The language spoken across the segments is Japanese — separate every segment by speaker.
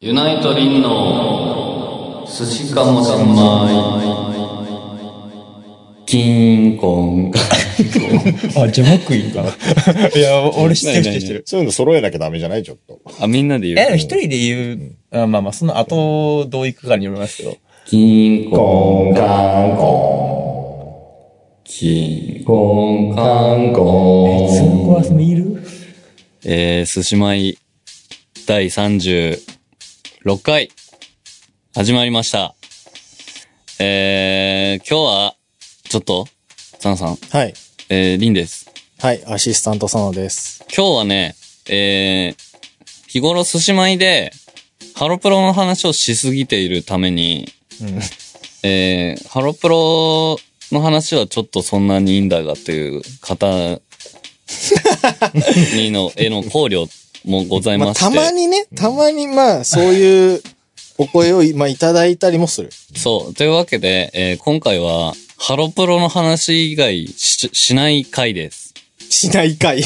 Speaker 1: ユナイトリンの寿司かもしんない。キンコン。
Speaker 2: あ、邪魔クイーンか。 いや、俺知ってる知ってる知ってる。
Speaker 3: そういうの揃えなきゃダメじゃないちょっと。
Speaker 4: あ、みんなで
Speaker 2: え、で
Speaker 4: 言
Speaker 2: も
Speaker 4: う。
Speaker 2: 一人で言う、あまあまあ、その後、どういくかによりますけど。
Speaker 1: キンコン、カンコン。
Speaker 4: キン。
Speaker 1: コン、カンコ
Speaker 2: そこはそのいる
Speaker 4: えー、すしまい第36回始まりました。えー、今日は、ちょっと、ザンさん、
Speaker 5: はい。
Speaker 4: えー、リンです。
Speaker 5: はい、アシスタント佐野です。
Speaker 4: 今日はね、えー、日頃すしまいで、ハロプロの話をしすぎているために、
Speaker 5: うん。
Speaker 4: えー、ハロプロの話はちょっとそんなにいいんだがという方にの、への考慮もござい
Speaker 5: ま
Speaker 4: ま
Speaker 5: あ、
Speaker 4: して。
Speaker 5: たまにね、たまにまあ、そういうお 声を今いただいたりもする。
Speaker 4: そう。というわけで、えー今回は、ハロプロの話以外ししない回です。
Speaker 5: しない かい。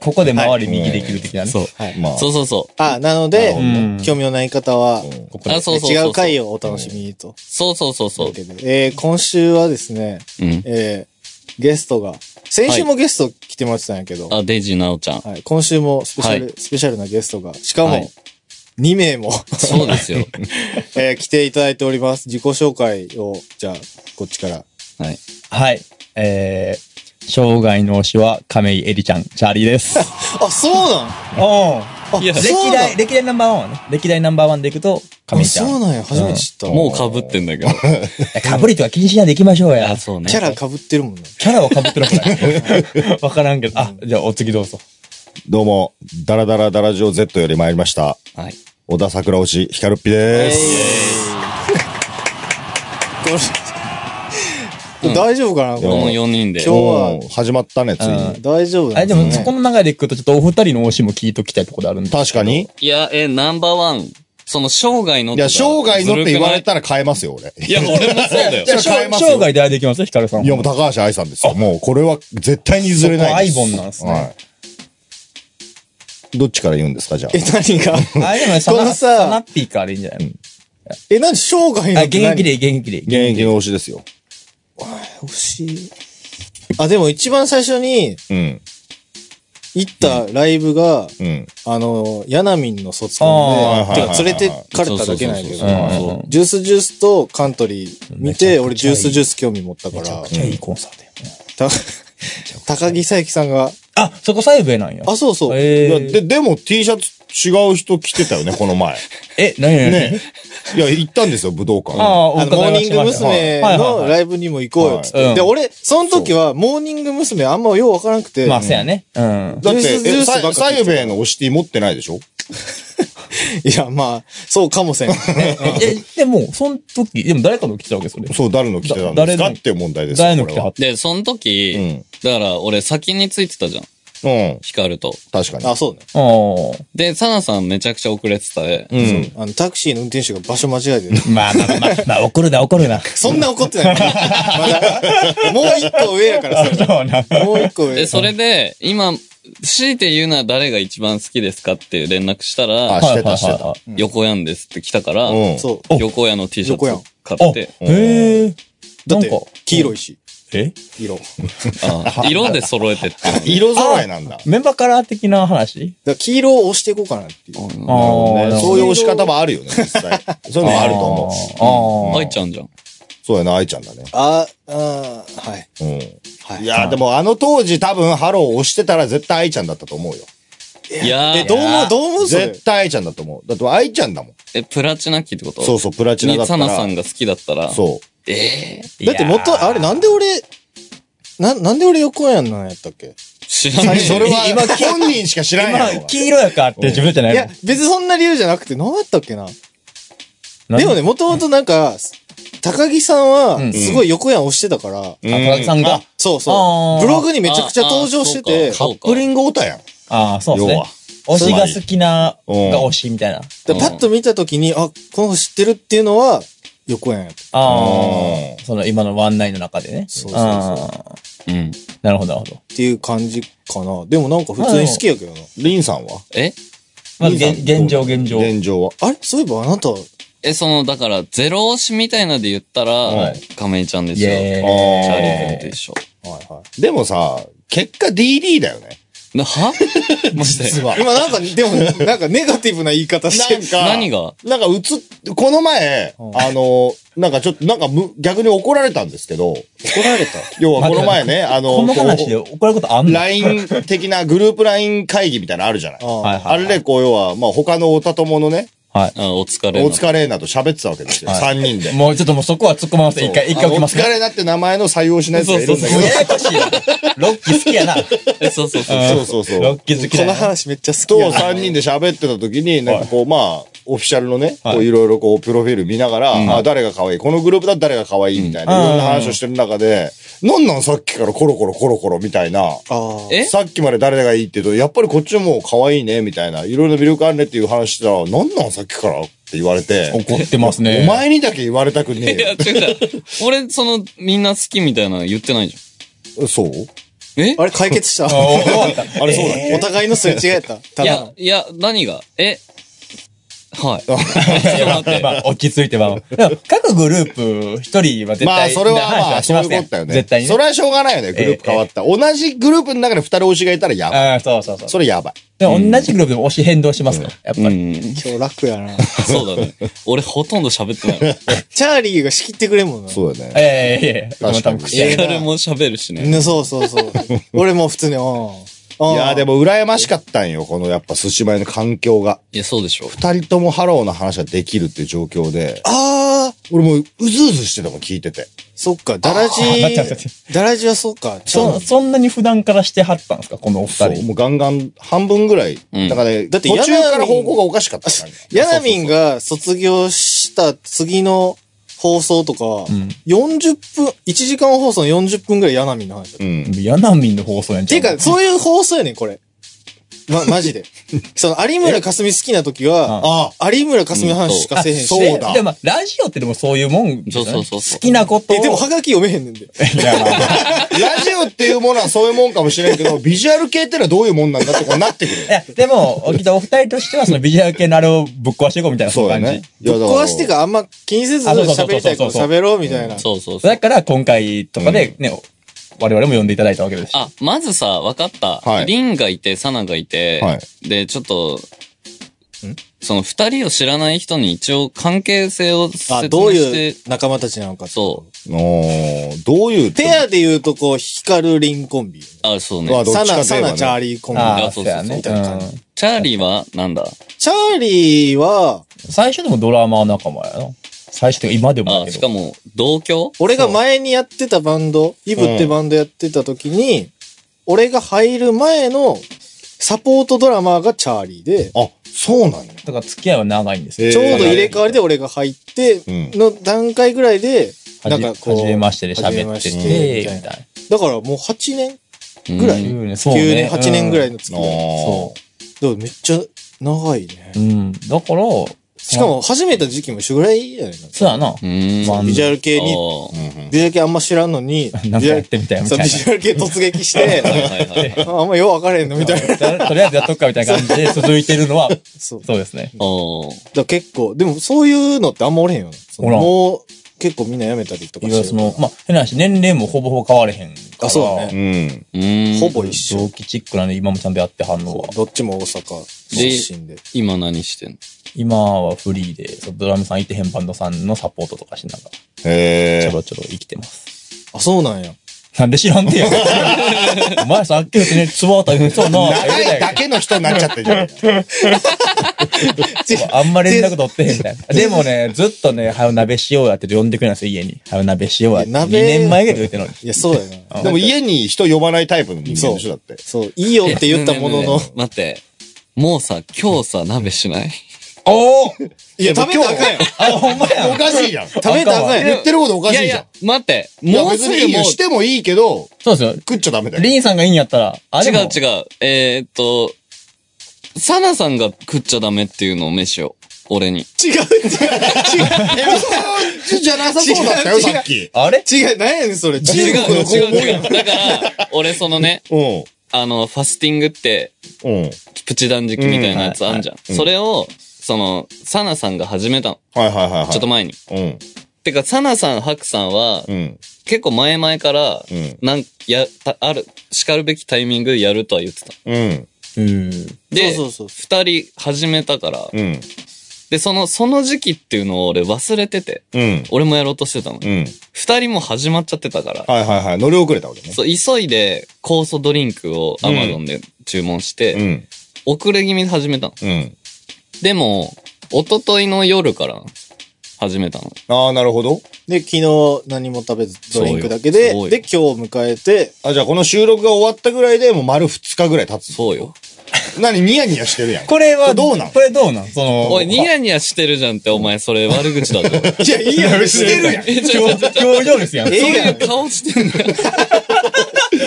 Speaker 2: ここで回り右できる的なね。
Speaker 4: そう。
Speaker 5: はい。
Speaker 3: まあ、
Speaker 4: そうそうそう。
Speaker 5: あ、なの
Speaker 3: う
Speaker 5: で、
Speaker 2: ん
Speaker 5: 興味のない方は、ここで
Speaker 4: あそうそうそうそう
Speaker 5: 違う回をお楽しみにと。
Speaker 4: そうそうそうそう
Speaker 5: わ。けでえー今週はですね、
Speaker 4: うん。
Speaker 5: えーゲストが、先週もゲスト来てもらってたんやけど、は
Speaker 4: あ、デイジーなおちゃん。
Speaker 5: い、今週もスペシャル、
Speaker 4: は
Speaker 5: スペシャルなゲストが、しかも、
Speaker 4: はい
Speaker 5: 2名も、
Speaker 4: そうですよ。
Speaker 5: えー来ていただいております。自己紹介を、じゃあ、こっちから。
Speaker 4: はい。
Speaker 2: はい。えー、生涯の推しは亀井絵里ちゃん、チャーリーです。
Speaker 5: あ、そうなん
Speaker 2: お
Speaker 5: あ、
Speaker 4: いや
Speaker 2: 歴
Speaker 5: そうなん
Speaker 2: 代、歴代ナンバーワンはね。歴代ナンバーワンでいくと、亀井ちゃん。
Speaker 5: あそうなんや、初めて知った。
Speaker 4: もう被ってんだけど。
Speaker 2: いやかぶりとか気にしないでいきましょうや
Speaker 4: あ、。そうね。
Speaker 5: キャラ被ってるもんね。
Speaker 2: キャラをかぶってるくない わからんけど。あ、じゃあお次どうぞ。
Speaker 3: どうも、ダラダラダラジオ Z より参りました。
Speaker 4: はい。
Speaker 3: 小田桜推し、ヒカルッピで
Speaker 5: え
Speaker 3: す。
Speaker 5: これ大丈夫かなこ
Speaker 4: この
Speaker 5: れ
Speaker 4: 4人で。
Speaker 5: 今日
Speaker 3: もう始まったね、つい
Speaker 2: うん
Speaker 3: に。
Speaker 5: 大丈夫なん
Speaker 2: あ、
Speaker 5: で
Speaker 2: です
Speaker 5: ね
Speaker 2: もそこの流れでいくと、ちょっとお二人の推しも聞いときたいところであるんで。
Speaker 3: 確かに。
Speaker 4: いや、えーナンバーワン。その、生涯の
Speaker 3: いや、生涯のって言われ
Speaker 4: た。
Speaker 3: たら変えますよ、俺。
Speaker 4: いや、俺もそうだよ
Speaker 2: じ。ゃあ、
Speaker 3: じゃあ変え
Speaker 2: 生
Speaker 3: ますよ
Speaker 2: 生涯であれでいきますよ、ヒカルさん。
Speaker 3: いや、もう高橋愛さんですよ。もう、これは絶対に譲れないです。
Speaker 2: そこアイボンなんですね
Speaker 3: はい。どっちから言うんですか、じゃ
Speaker 5: え、何が
Speaker 2: あ、でもね、サ
Speaker 5: こ
Speaker 2: ナ
Speaker 5: の
Speaker 2: サ
Speaker 5: さ
Speaker 2: ナッピーからいいんじゃない
Speaker 5: え、何生涯
Speaker 2: あ、
Speaker 5: の
Speaker 2: 現役で、現役で。
Speaker 3: 現役の推しですよ。
Speaker 5: 欲しい。あ、でも一番最初に
Speaker 3: うん。
Speaker 5: 行ったライブが、
Speaker 3: うん。
Speaker 5: あの、ヤナミンの卒
Speaker 2: あ
Speaker 3: ー
Speaker 5: コンで、て
Speaker 3: はいはいはいは
Speaker 5: か
Speaker 3: い
Speaker 5: 連れてかれただけなんやけ
Speaker 4: そうそう、そうそう
Speaker 5: ど
Speaker 2: うんうん
Speaker 5: ジュースジュースとカントリー見て、俺
Speaker 2: めち
Speaker 5: ジュ
Speaker 2: ゃ
Speaker 5: ー
Speaker 2: くちゃいい
Speaker 5: スジュース興味持ったから、
Speaker 2: めっちゃいいコンサートや
Speaker 5: た高木さゆきさんが、
Speaker 2: あ、そこサイブやなんや。
Speaker 5: あ、そうそう。
Speaker 2: え
Speaker 3: いや
Speaker 2: ー、
Speaker 3: で、でも T シャツ違う人着てたよね、この前。
Speaker 2: え、なになになに
Speaker 3: ね。いや、行ったんですよ、武道館。
Speaker 2: ああ、お
Speaker 5: あの、モ
Speaker 2: 伺い
Speaker 5: ー
Speaker 2: は
Speaker 5: ニン
Speaker 2: しま
Speaker 5: グ
Speaker 2: した
Speaker 5: 娘。
Speaker 2: はいはい
Speaker 5: の
Speaker 2: はい
Speaker 5: ライブにも行こうよっつ
Speaker 2: は
Speaker 5: っ
Speaker 2: い
Speaker 5: て。
Speaker 2: うん
Speaker 5: で、俺、その時は、モーニング娘。あんまようわからなくて
Speaker 2: ま、あ、せやね。うん。
Speaker 3: だっ
Speaker 5: ジュー
Speaker 3: て
Speaker 5: ス、ジュー
Speaker 3: え
Speaker 5: スばっか
Speaker 3: ささゆべの推しティ持ってないでしょ
Speaker 5: いや、まあ、そうか もせん。
Speaker 2: え、でも、その時、でも誰かの来てたわけ、それ。
Speaker 3: そう、誰の着てたんです
Speaker 2: だ
Speaker 3: か
Speaker 2: 誰の
Speaker 3: っていう問題ですよ。
Speaker 2: 誰の来てはっ
Speaker 3: こ
Speaker 4: で、その時、
Speaker 3: うん
Speaker 4: だから、俺先についてたじゃん。
Speaker 3: れはうん。
Speaker 4: ヒカルと。
Speaker 3: 確かに。
Speaker 5: あ、そうね。
Speaker 2: た。ああ。
Speaker 4: で、サナさんめちゃくちゃ遅れてたで。
Speaker 3: うん。
Speaker 5: あの、タクシーの運転手が場所間違えてる。
Speaker 2: まあまあまあ、まあ、怒るな、怒る な。
Speaker 5: そんな怒ってない。まだ、もう一個上やからさ。
Speaker 2: そうな。
Speaker 5: もう一個上
Speaker 4: で、。それで、今、強いて言うなら誰が一番好きですかっていう連絡した
Speaker 3: あ、
Speaker 4: ら、
Speaker 3: してた、してた。
Speaker 2: は
Speaker 4: 横やんですって来たから、
Speaker 3: うん。
Speaker 5: そう。
Speaker 4: 横屋の T シャツ
Speaker 5: 横やん
Speaker 4: を買
Speaker 2: い
Speaker 4: っ
Speaker 2: はい
Speaker 4: て、
Speaker 2: あ、へえ。な
Speaker 5: だっ
Speaker 2: ん
Speaker 5: て
Speaker 2: か、、
Speaker 5: 黄色いし、
Speaker 2: え
Speaker 5: 色。だか
Speaker 4: あ 色で揃えてっていうのね
Speaker 3: 色揃えなんだ。
Speaker 2: メンバーカラー的な話
Speaker 5: ら黄色を押していこうかなっていう。
Speaker 2: ああ、
Speaker 3: ね
Speaker 2: なるほど
Speaker 3: そういう押し方もあるよね、実際。そういうのもあると思
Speaker 2: 思
Speaker 4: 入っちゃうんじゃん。
Speaker 3: う。そうやな、愛ちゃんだね。
Speaker 5: あ、あー、はい。
Speaker 3: うん。
Speaker 5: はい。
Speaker 3: いやー、でもあの当時多分ハローを押してたら絶対愛ちゃんだったと思うよ。
Speaker 4: いや
Speaker 5: え、どう
Speaker 4: ー、
Speaker 5: 思う、どう思うそれ
Speaker 3: 絶対愛ちゃんだと思う。だって愛ちゃんだもん。
Speaker 4: え、プラチナ期ってこと
Speaker 3: そうそう、プラチナだ
Speaker 4: に
Speaker 3: った
Speaker 4: サ
Speaker 3: ら。
Speaker 4: ナさんが好きだったら、
Speaker 3: そ
Speaker 4: えー、
Speaker 2: い
Speaker 5: だ
Speaker 2: やー
Speaker 5: って元、あれなんで俺、な、なんで俺横やんなんやったっけ
Speaker 4: 知らな
Speaker 3: う。
Speaker 4: い。
Speaker 3: それは本人しか知らんや
Speaker 2: 今、
Speaker 3: ろ。
Speaker 2: 黄色やかって自分じゃないい
Speaker 5: や、別にそんな理由じゃなくて、何やったっけな
Speaker 2: の。
Speaker 5: でもね、もともとなんか、高木さん
Speaker 2: う
Speaker 5: は、
Speaker 2: ん
Speaker 5: すごい横やん押してたか
Speaker 3: う
Speaker 5: ら、
Speaker 3: ん
Speaker 2: 高木さんが。
Speaker 5: そう
Speaker 2: あ
Speaker 5: そう。
Speaker 2: ー
Speaker 5: ブログにめちゃくちゃ登場して
Speaker 4: あ
Speaker 5: て
Speaker 4: ー、
Speaker 3: カ
Speaker 4: そう
Speaker 3: ップリングオタやん。
Speaker 2: ああ、そうです
Speaker 3: 要
Speaker 2: ね
Speaker 3: は。。
Speaker 2: 推しが好きな、が推しみたいな。
Speaker 5: で
Speaker 4: うん
Speaker 5: パッと見たときに、あ、この子知ってるっていうのは、横やんやった。
Speaker 2: あ
Speaker 3: う
Speaker 2: あ、その今のワンナインの中でね。
Speaker 5: そうそうそう
Speaker 2: あー
Speaker 4: うん。
Speaker 2: なるほど、なるほど。
Speaker 5: っていう感じかな。でもなんか普通に好きやけどな。
Speaker 3: リンさんは
Speaker 4: え
Speaker 2: まず現現状、現状。
Speaker 3: 現状は。
Speaker 5: あれそういえばあなた、
Speaker 4: え、その、だから、ゼロ押しみたいので言ったら、
Speaker 3: はい
Speaker 4: 亀井ちゃんです
Speaker 2: イ
Speaker 4: よ。
Speaker 2: エ
Speaker 3: あ
Speaker 2: ーイ。
Speaker 4: チャーリー
Speaker 3: ー
Speaker 4: 君と一緒。
Speaker 3: はいはい。でもさ、結果 DD だよね。
Speaker 4: なはマジで
Speaker 3: 実。は。
Speaker 5: 今なんか、でも、 なんかネガティブな言い方して
Speaker 3: なん
Speaker 5: る。
Speaker 3: か、
Speaker 4: 何が
Speaker 3: なんか映っ、この前、あの、なんかちょっと、なんかむ逆に怒られたんですけど、
Speaker 5: 怒られた。
Speaker 3: 要はこの前ね、あの、
Speaker 2: この話で
Speaker 3: こ
Speaker 2: 怒ることあん
Speaker 3: う
Speaker 2: の
Speaker 3: LINE 的なグループ LINE 会議みたいなのあるじゃない。
Speaker 5: あ
Speaker 2: はい
Speaker 5: あ。
Speaker 3: あ
Speaker 2: はい。
Speaker 3: れでこう、要は、まあ他のおたとものね、
Speaker 2: はい。
Speaker 4: あお疲れ。
Speaker 3: お疲れーなと喋ってたわけですよ。
Speaker 2: はい
Speaker 3: 3人で。
Speaker 2: もうちょっともうそこは突っ込まなくて、一回、一回
Speaker 3: あの
Speaker 2: 置きます
Speaker 3: お疲
Speaker 2: か。
Speaker 3: れなって名前の採用しないやつがいるんだけど
Speaker 2: や。やこしいなロッキー好きやな。
Speaker 4: れ。そうそうそう。
Speaker 3: そうそうそう。
Speaker 2: ロッキー好き
Speaker 5: こ
Speaker 2: だ
Speaker 5: の
Speaker 2: な。
Speaker 5: 話めっちゃ好き
Speaker 3: と
Speaker 5: やな。
Speaker 3: 3人で喋ってた時に、なんかこう、まあ、オフィシャルのね、
Speaker 2: はい
Speaker 3: こういろいろこう、プロフィール見ながら、あ、誰が可愛い、このグループだと誰が可愛いみたいな、
Speaker 2: うん
Speaker 3: いろんな話をしてる中で、なんなんさっきからコロコロコロコロみたいな、
Speaker 5: ああ。
Speaker 4: え
Speaker 3: さっきまで誰がいいって言うと、やっぱりこっちも可愛いね、みたいな、いろいろな魅力あるねっていう話してたら、なんなんさっきからって言われて、
Speaker 2: 怒ってますね。
Speaker 3: お前にだけ言われたくね
Speaker 4: いや、違う違う。俺、その、みんな好きみたいなの言ってないじ
Speaker 3: えよ。そう
Speaker 4: ゃん。え
Speaker 5: あれ解決した
Speaker 2: あ終わった
Speaker 3: あれそうだっ
Speaker 5: お互いのすれ違えた。た
Speaker 4: い
Speaker 5: だ
Speaker 4: や
Speaker 5: の、
Speaker 4: いや、何がえ はい。ちょっと待って。
Speaker 2: まあ、落ち着いてば。でも各グループ一人は絶対、
Speaker 3: まあ、それは
Speaker 2: 話
Speaker 3: まあ、
Speaker 2: はし
Speaker 3: そうい
Speaker 2: ま
Speaker 3: う
Speaker 2: す
Speaker 3: こ
Speaker 2: ね
Speaker 3: とだよね。
Speaker 2: 絶対にね。
Speaker 3: それはしょうがないよね、グループ変わった。同じグループの中で二人推しがいたらやばい。
Speaker 2: ああ、そうそうそう。
Speaker 3: それやばい。
Speaker 2: でも同じグループでも推し変動しますよ。やっぱ
Speaker 4: う
Speaker 2: り。
Speaker 4: ん。
Speaker 5: 今日楽やな。
Speaker 4: そうだね。俺、ほとんど喋ってない。
Speaker 5: チャーリーが仕切ってくれんもんな。
Speaker 3: そうだね。
Speaker 2: ええ、いやいやいや、
Speaker 3: 確かに
Speaker 2: 多分口や
Speaker 5: ええな
Speaker 4: 誰も喋るしね。
Speaker 5: ねそうそうそう。 俺も普通に、うん。
Speaker 3: いやーで
Speaker 5: も。
Speaker 3: も羨ましかったんよ、このやっぱ寿司前の環境が。
Speaker 4: いや、そうでしょ。
Speaker 3: 二人ともハローの話ができるっていう状況で、
Speaker 5: ああ、
Speaker 3: 俺もううずうずしてたもん、聞いてて。
Speaker 5: そっか、ダラジ
Speaker 2: あー待って待って待
Speaker 5: ダラジはそうか。ちょ
Speaker 2: そ、そんなに普段からしてはったんですかこのお
Speaker 3: そ
Speaker 2: 二
Speaker 3: う、
Speaker 2: 人。
Speaker 3: もうガンガン半分ぐらい。
Speaker 4: うん
Speaker 3: だからね、
Speaker 5: だって
Speaker 3: 途中
Speaker 5: 柳
Speaker 3: から方向がおかしかったからね。
Speaker 5: ヤナミンが卒業した次の放送とか、
Speaker 2: ん
Speaker 5: 40分、1時間放送の40分ぐらいヤナミンの話だ
Speaker 3: う
Speaker 5: っ
Speaker 3: ん。
Speaker 2: ヤナミンの放送やん
Speaker 5: た。てか、そういう放送やねん、これ。ま、マジで。その、有村架純好きな時は、あ有村架純の話しかせえへんし。
Speaker 3: うんそうだ
Speaker 2: でも、ラジオってでもそういうもんですよね。
Speaker 4: そうそうそうそう
Speaker 2: 好きなことを。
Speaker 5: え、でも、はがき読めへんねんで。
Speaker 2: いやまあ
Speaker 3: ラジオっていうものはそういうもんかもしれんけど、ビジュアル系ってのはどういうもんなんだってこうなってくるよ
Speaker 2: い。や、でも、きっとお二人としては、そのビジュアル系のあれをぶっ壊していこうみたいな、そ
Speaker 3: そう
Speaker 2: いう
Speaker 3: うだ
Speaker 2: 感じ。
Speaker 3: ね。い
Speaker 5: ぶっ
Speaker 3: やだから
Speaker 5: 壊してかあんま気にせず
Speaker 2: あそうそうそうそう
Speaker 5: 喋りたいこと喋ろうみたいな。
Speaker 4: そうそうそう。
Speaker 2: だから、今回とかでね、我々も呼んでいただいたわけですし。
Speaker 4: あ、まずさ、わかった。
Speaker 3: はい
Speaker 4: リンがいて、サナがいて、
Speaker 3: は
Speaker 4: で、ちょっと、その二人を知らない人に一応関係性を説明
Speaker 5: あ、
Speaker 4: して、
Speaker 5: どういう仲間たちなのか。
Speaker 4: そう。
Speaker 3: おーどういう。
Speaker 5: ペアで言うとこう、ヒカルリンコンビ。
Speaker 4: あ、そう
Speaker 3: うわ
Speaker 4: ね。
Speaker 3: どっち
Speaker 5: サ
Speaker 3: かといえばね
Speaker 5: ナ、サナ、チャーリーコンビ。
Speaker 2: ああ、
Speaker 4: あ
Speaker 2: そ
Speaker 4: そうう
Speaker 2: や
Speaker 4: そうそう
Speaker 2: ね。
Speaker 5: みたいな感じ
Speaker 2: うん
Speaker 4: チャーリーは、なんだ
Speaker 5: チャーリーは、
Speaker 2: 最初でもドラマー仲間やな。最初というか今でも
Speaker 4: あ
Speaker 2: だ、け
Speaker 4: しか
Speaker 2: ど。
Speaker 4: も、同居
Speaker 5: 俺が前にやってたバンド、イブってバンドやってた時に、俺が入る前のサポートドラマーがチャーリーで、
Speaker 3: あ、そうなんや。
Speaker 2: だから付き合いは長いんです
Speaker 3: え
Speaker 2: よ。
Speaker 3: ー
Speaker 5: ちょうど入れ替わりで俺が入って、
Speaker 3: うん
Speaker 5: の段階ぐらいで、
Speaker 2: は
Speaker 5: な
Speaker 2: じ
Speaker 5: んかこう。
Speaker 2: 初めましてで喋ってて、
Speaker 5: 初め
Speaker 2: み
Speaker 5: ましてみた
Speaker 2: た
Speaker 5: い
Speaker 2: い
Speaker 5: なだからもう8年、ぐらい
Speaker 4: うん
Speaker 2: な。そう
Speaker 5: 9
Speaker 2: ね
Speaker 5: 年、8年ぐらい。の付き合い。
Speaker 3: そ
Speaker 2: そ
Speaker 5: だからめっちゃ長いね
Speaker 2: う。。うん。だから、
Speaker 5: しかも始めた時期も一緒ぐらいやねんな。
Speaker 2: そうやな。
Speaker 4: うーん。
Speaker 2: まあ
Speaker 5: ビジュアル系に、
Speaker 4: あー
Speaker 3: うんうん。
Speaker 5: ビジュアル系あんま知らんのに、ビ
Speaker 2: なんか
Speaker 5: ジュア
Speaker 2: やっ
Speaker 5: ル
Speaker 2: てみたいみ
Speaker 5: そ
Speaker 2: た
Speaker 5: う
Speaker 2: い
Speaker 5: ビジュアル系突撃して、
Speaker 4: はいはいはい。
Speaker 5: ああんまよう分からへんのみたいな。
Speaker 2: な。とりあえずやっとくかみたいな感じで続いてるの は、
Speaker 5: そう。だか
Speaker 2: そうですね。
Speaker 4: あー
Speaker 5: ら結構、でもそういうのってあんまおれへんよな。その
Speaker 2: おらん
Speaker 5: もう結構みんな辞めたりとか
Speaker 2: い
Speaker 5: し
Speaker 2: わゆ
Speaker 5: て
Speaker 2: るその、まあ、変な話、年齢もほぼほぼ変われへんから。
Speaker 5: あそうだね
Speaker 3: うん。
Speaker 4: うーん。
Speaker 5: ほぼ一緒
Speaker 2: 同。期チックなんで今もちゃんとやってはんのは。
Speaker 5: どっちも大阪出身で。
Speaker 4: 今何してんの
Speaker 2: 今はフリーで、そうドラムさんいてへんバンドさんのサポートとかしながら、
Speaker 3: へ
Speaker 2: ちょ
Speaker 3: え。
Speaker 2: ろちょろ生きてます。
Speaker 5: あ、そうなんや。
Speaker 2: なんで知らんてよ。お前さっきのね、ツボー食べそうな。
Speaker 3: 長いだけの人になっちゃってるじゃん。
Speaker 2: あんま連絡取ってへんみたいな。でもね、ずっとね、はよ鍋しようやって呼んでくれないんですよ、家に。はよ鍋しようやって。
Speaker 5: い
Speaker 2: 2
Speaker 5: や鍋
Speaker 2: 年前ぐらい言ってんのに。
Speaker 5: いや、そうやな。
Speaker 3: でも家に人呼ばないタイプの人間でしょだって。
Speaker 5: そう、いいよって言った ものの
Speaker 4: ねえねえね。え待って。もうさ、今日さ、鍋しない
Speaker 2: おー
Speaker 5: いや、食べたらあかんよ。
Speaker 2: あ、ほんまや。
Speaker 3: おかしいやん。
Speaker 5: 食べたらあかんよ。
Speaker 3: 言ってることおかしいじゃん。い
Speaker 4: やいや、待って。
Speaker 3: や、
Speaker 4: もう
Speaker 3: 別
Speaker 4: す
Speaker 3: に
Speaker 4: ぐ
Speaker 3: いい
Speaker 4: もう
Speaker 3: よ。してもいいけど、
Speaker 2: そうですよ。
Speaker 3: 食っちゃダメだよ。
Speaker 2: リンさんがいいんやったら、あ
Speaker 4: 違
Speaker 2: れ
Speaker 4: う違う。えー、っと、サナさんが食っちゃダメっていうのを飯を。俺に。
Speaker 5: 違う、違
Speaker 3: え、そうじゃなさそうだった
Speaker 5: 違
Speaker 3: よ、
Speaker 5: う違う
Speaker 3: さっき。
Speaker 2: あれ
Speaker 5: う、違う。違う、何やねん、それ。
Speaker 4: 違
Speaker 5: 中
Speaker 4: う違
Speaker 5: 国の
Speaker 4: う
Speaker 5: 高校
Speaker 4: 違う。だから、俺そのね、
Speaker 3: うん。
Speaker 4: あの、ファスティングって、
Speaker 3: うん。
Speaker 4: プチ断食みたいなやつあんじゃん。
Speaker 3: うん
Speaker 4: それを、その、サナさんが始めたの。
Speaker 3: はいはいはいはい。
Speaker 4: ちょっと前に。
Speaker 3: うん。
Speaker 4: てか、サナさん、ハクさんは、
Speaker 3: うん。
Speaker 4: 結構前々から、
Speaker 3: うん。
Speaker 4: なん、や、たある、叱るべきタイミングでやるとは言ってた。
Speaker 3: うん。
Speaker 2: うん。
Speaker 4: で、
Speaker 5: そうそうそ
Speaker 4: 二人始めたから、
Speaker 3: うん。
Speaker 4: で、その、その時期っていうのを俺忘れてて、
Speaker 3: うん。
Speaker 4: 俺もやろうとしてたの。
Speaker 3: うん。
Speaker 4: 二人も始まっちゃってたから、
Speaker 3: はいはいはい。乗り遅れたわけね。
Speaker 4: そう、急いで酵素ドリンクを
Speaker 3: うん
Speaker 4: Amazon で注文して、
Speaker 3: うん。
Speaker 4: 遅れ気味で始めたの。
Speaker 3: うん。
Speaker 4: でも、一昨日の夜から始めたの。
Speaker 3: ああ、なるほど。
Speaker 5: う。で、昨日何も食べず、ドリンクだけで、
Speaker 4: そうよ
Speaker 5: で、今日迎えて、
Speaker 3: あ、じゃあこの収録が終わったぐらいでもう丸2日ぐらい経つ。
Speaker 4: そうよ。
Speaker 3: 何ニヤニヤしてるやん。
Speaker 2: これは、
Speaker 3: どうなん
Speaker 2: これどうなんその、
Speaker 4: おい、ニヤニヤしてるじゃんって、お前、それ悪口 だぞ。
Speaker 3: いや、い いやん、してるやん。
Speaker 4: え、ちょ、ちょ、ち
Speaker 2: 表
Speaker 4: ょ、
Speaker 2: 表情ですやん。
Speaker 4: そういう顔してんだよ。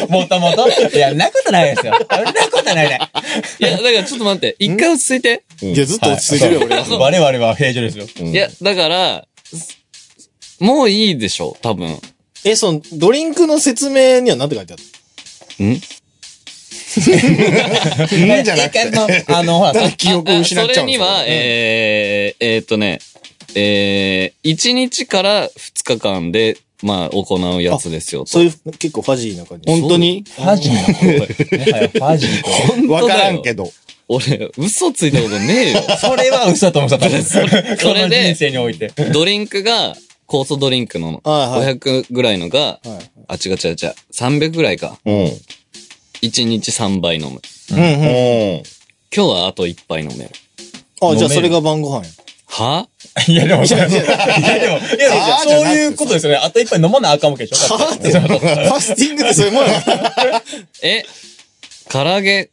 Speaker 2: もともと。いや、んなことないですよ。そんなことないね。
Speaker 4: いや、だからちょっと待って、一回落ち着いて。
Speaker 3: うん
Speaker 5: いや、ずっと落ち着いてるよ、俺は。
Speaker 2: 我々は平常ですよ。
Speaker 3: うん
Speaker 4: いや、だから、すもういいでしょ、多分。ん
Speaker 5: え、その、ドリンクの説明には何て書いてある
Speaker 3: うんじゃなくて。
Speaker 2: て。あの、ほら、
Speaker 3: ただ記憶を失っちゃ
Speaker 4: あそれ
Speaker 3: うん
Speaker 4: に
Speaker 3: ですよ
Speaker 4: は、えー、えーっとね、えー、1日から2日間で、まあ、行うやつですよ。
Speaker 5: そう
Speaker 4: いう。
Speaker 5: いう、結構ファジーな感じ。
Speaker 3: 本当に
Speaker 2: ファジーなこと。ねはいファジーと。
Speaker 3: わからんけど。
Speaker 4: 俺、嘘ついたことねえよ。
Speaker 2: それは嘘だと思ってた。そ
Speaker 4: それ
Speaker 2: の
Speaker 4: で
Speaker 2: 人生において。
Speaker 4: ドリンクが、酵素ドリンクの
Speaker 5: はいはい
Speaker 4: 500ぐらいのが、
Speaker 5: はい。
Speaker 4: あ、違う違う違う、300ぐらいか。
Speaker 3: うん。うん。
Speaker 4: 1日3杯飲む。
Speaker 5: うんうん。
Speaker 4: 今日はあと1杯飲める。
Speaker 5: あ、じ
Speaker 2: 飲める
Speaker 5: ゃあそれが晩ご 飯や。
Speaker 4: はい
Speaker 2: や、でも、いや、でも、いや、
Speaker 3: あー
Speaker 2: そういうことですよね。あと一杯飲まなあかんわけでしょだ
Speaker 5: はぁって。ファスティングってそういうもんや。
Speaker 4: え唐揚げ。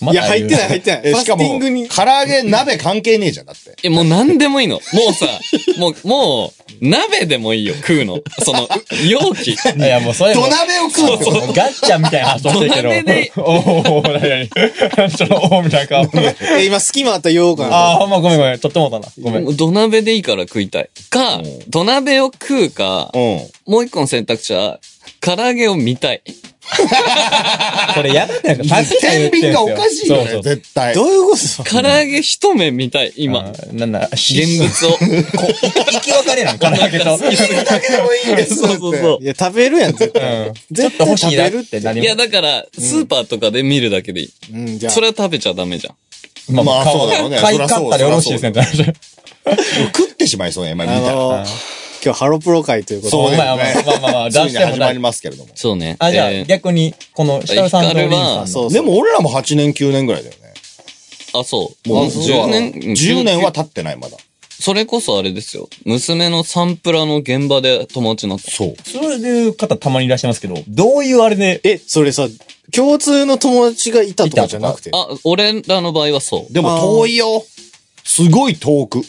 Speaker 2: ま
Speaker 5: い
Speaker 2: た
Speaker 5: や、入ってな
Speaker 2: 言
Speaker 5: い、入
Speaker 2: う
Speaker 5: ってない。
Speaker 3: え
Speaker 5: ファ
Speaker 3: し
Speaker 5: ステ
Speaker 3: か
Speaker 5: ィン
Speaker 3: も、
Speaker 5: グに。
Speaker 3: 唐揚げ鍋関係ねえじゃん、だって。
Speaker 4: え、もう何でもいいの。もうさ、もう、もう、鍋でもいいよ、食うの。その、う容器。
Speaker 2: いや、もうそれも
Speaker 3: 土。鍋を食うってこと
Speaker 2: ガッチャンみたいな話をして
Speaker 4: 土鍋
Speaker 2: る
Speaker 4: で
Speaker 2: けど。おおなになにちょっと、おおみたいな顔。
Speaker 5: え、今、隙間あったら言おうか
Speaker 2: あ
Speaker 5: な。
Speaker 2: あ、ほんまごめんごめん。とってもうたな。ごめん。
Speaker 4: もう土鍋でいいから食いたい。か、土鍋を食うか、
Speaker 3: う
Speaker 4: もう一個の選択肢は、唐揚げを見たい。
Speaker 2: これやばくないですか
Speaker 3: ん。天秤がおかしいよね、絶対。
Speaker 5: どういうこと
Speaker 4: 唐揚げ一目見たい、今。
Speaker 2: 今、なんだ、
Speaker 4: 現
Speaker 2: 現
Speaker 4: 物 を。
Speaker 2: 生き別れなんかな、唐揚げと。
Speaker 3: だけでもいいですって。
Speaker 4: そうそうそう
Speaker 5: いや、食べるやん、絶対。
Speaker 2: うん
Speaker 5: 絶
Speaker 2: 欲
Speaker 5: 対
Speaker 2: し
Speaker 5: 食
Speaker 2: いな
Speaker 5: べ
Speaker 2: っ
Speaker 5: るってて。
Speaker 2: なり
Speaker 4: いや、だから、スーパーとかで見るだけでいい。
Speaker 5: うん、じゃあ。
Speaker 4: それは食べちゃダメじゃん。
Speaker 2: ま
Speaker 3: まあそうだろうね
Speaker 2: 買い
Speaker 3: そらそ
Speaker 2: 買っ
Speaker 3: う
Speaker 2: たらよろしいですねって話。
Speaker 3: 食ってしまいそうね、今見
Speaker 5: あ
Speaker 3: たら。
Speaker 5: のー、今日ハロプロ会ということ
Speaker 3: そう
Speaker 5: で。
Speaker 3: だ
Speaker 2: まあ
Speaker 3: よ
Speaker 2: ま
Speaker 3: ね
Speaker 2: あまあまあま あ、出
Speaker 3: つい
Speaker 2: して
Speaker 3: に
Speaker 2: も
Speaker 3: 始ま
Speaker 2: な
Speaker 3: り
Speaker 2: い。
Speaker 3: ますけれども。
Speaker 4: そうね。
Speaker 2: あ、じゃあ
Speaker 4: えー
Speaker 2: 逆に、この、設楽さんとリン
Speaker 4: ヒカル
Speaker 2: さ
Speaker 4: は
Speaker 2: ん
Speaker 5: そ
Speaker 2: の。
Speaker 5: うそう。
Speaker 3: でも俺らも8年、9年ぐらいだよね。
Speaker 4: あ、そう。
Speaker 3: もう
Speaker 4: 10年、
Speaker 3: 10年は経ってない、まだ。
Speaker 4: それこそあれですよ。娘のサンプラの現場で友達になった。
Speaker 3: そう。
Speaker 2: そういう方たまにいらっしゃいますけど、どういうあれで、
Speaker 5: え、それさ、共通の友達がいたとかじゃなくて。
Speaker 4: あ、俺らの場合はそう。
Speaker 3: でも遠いよ。すごい遠く。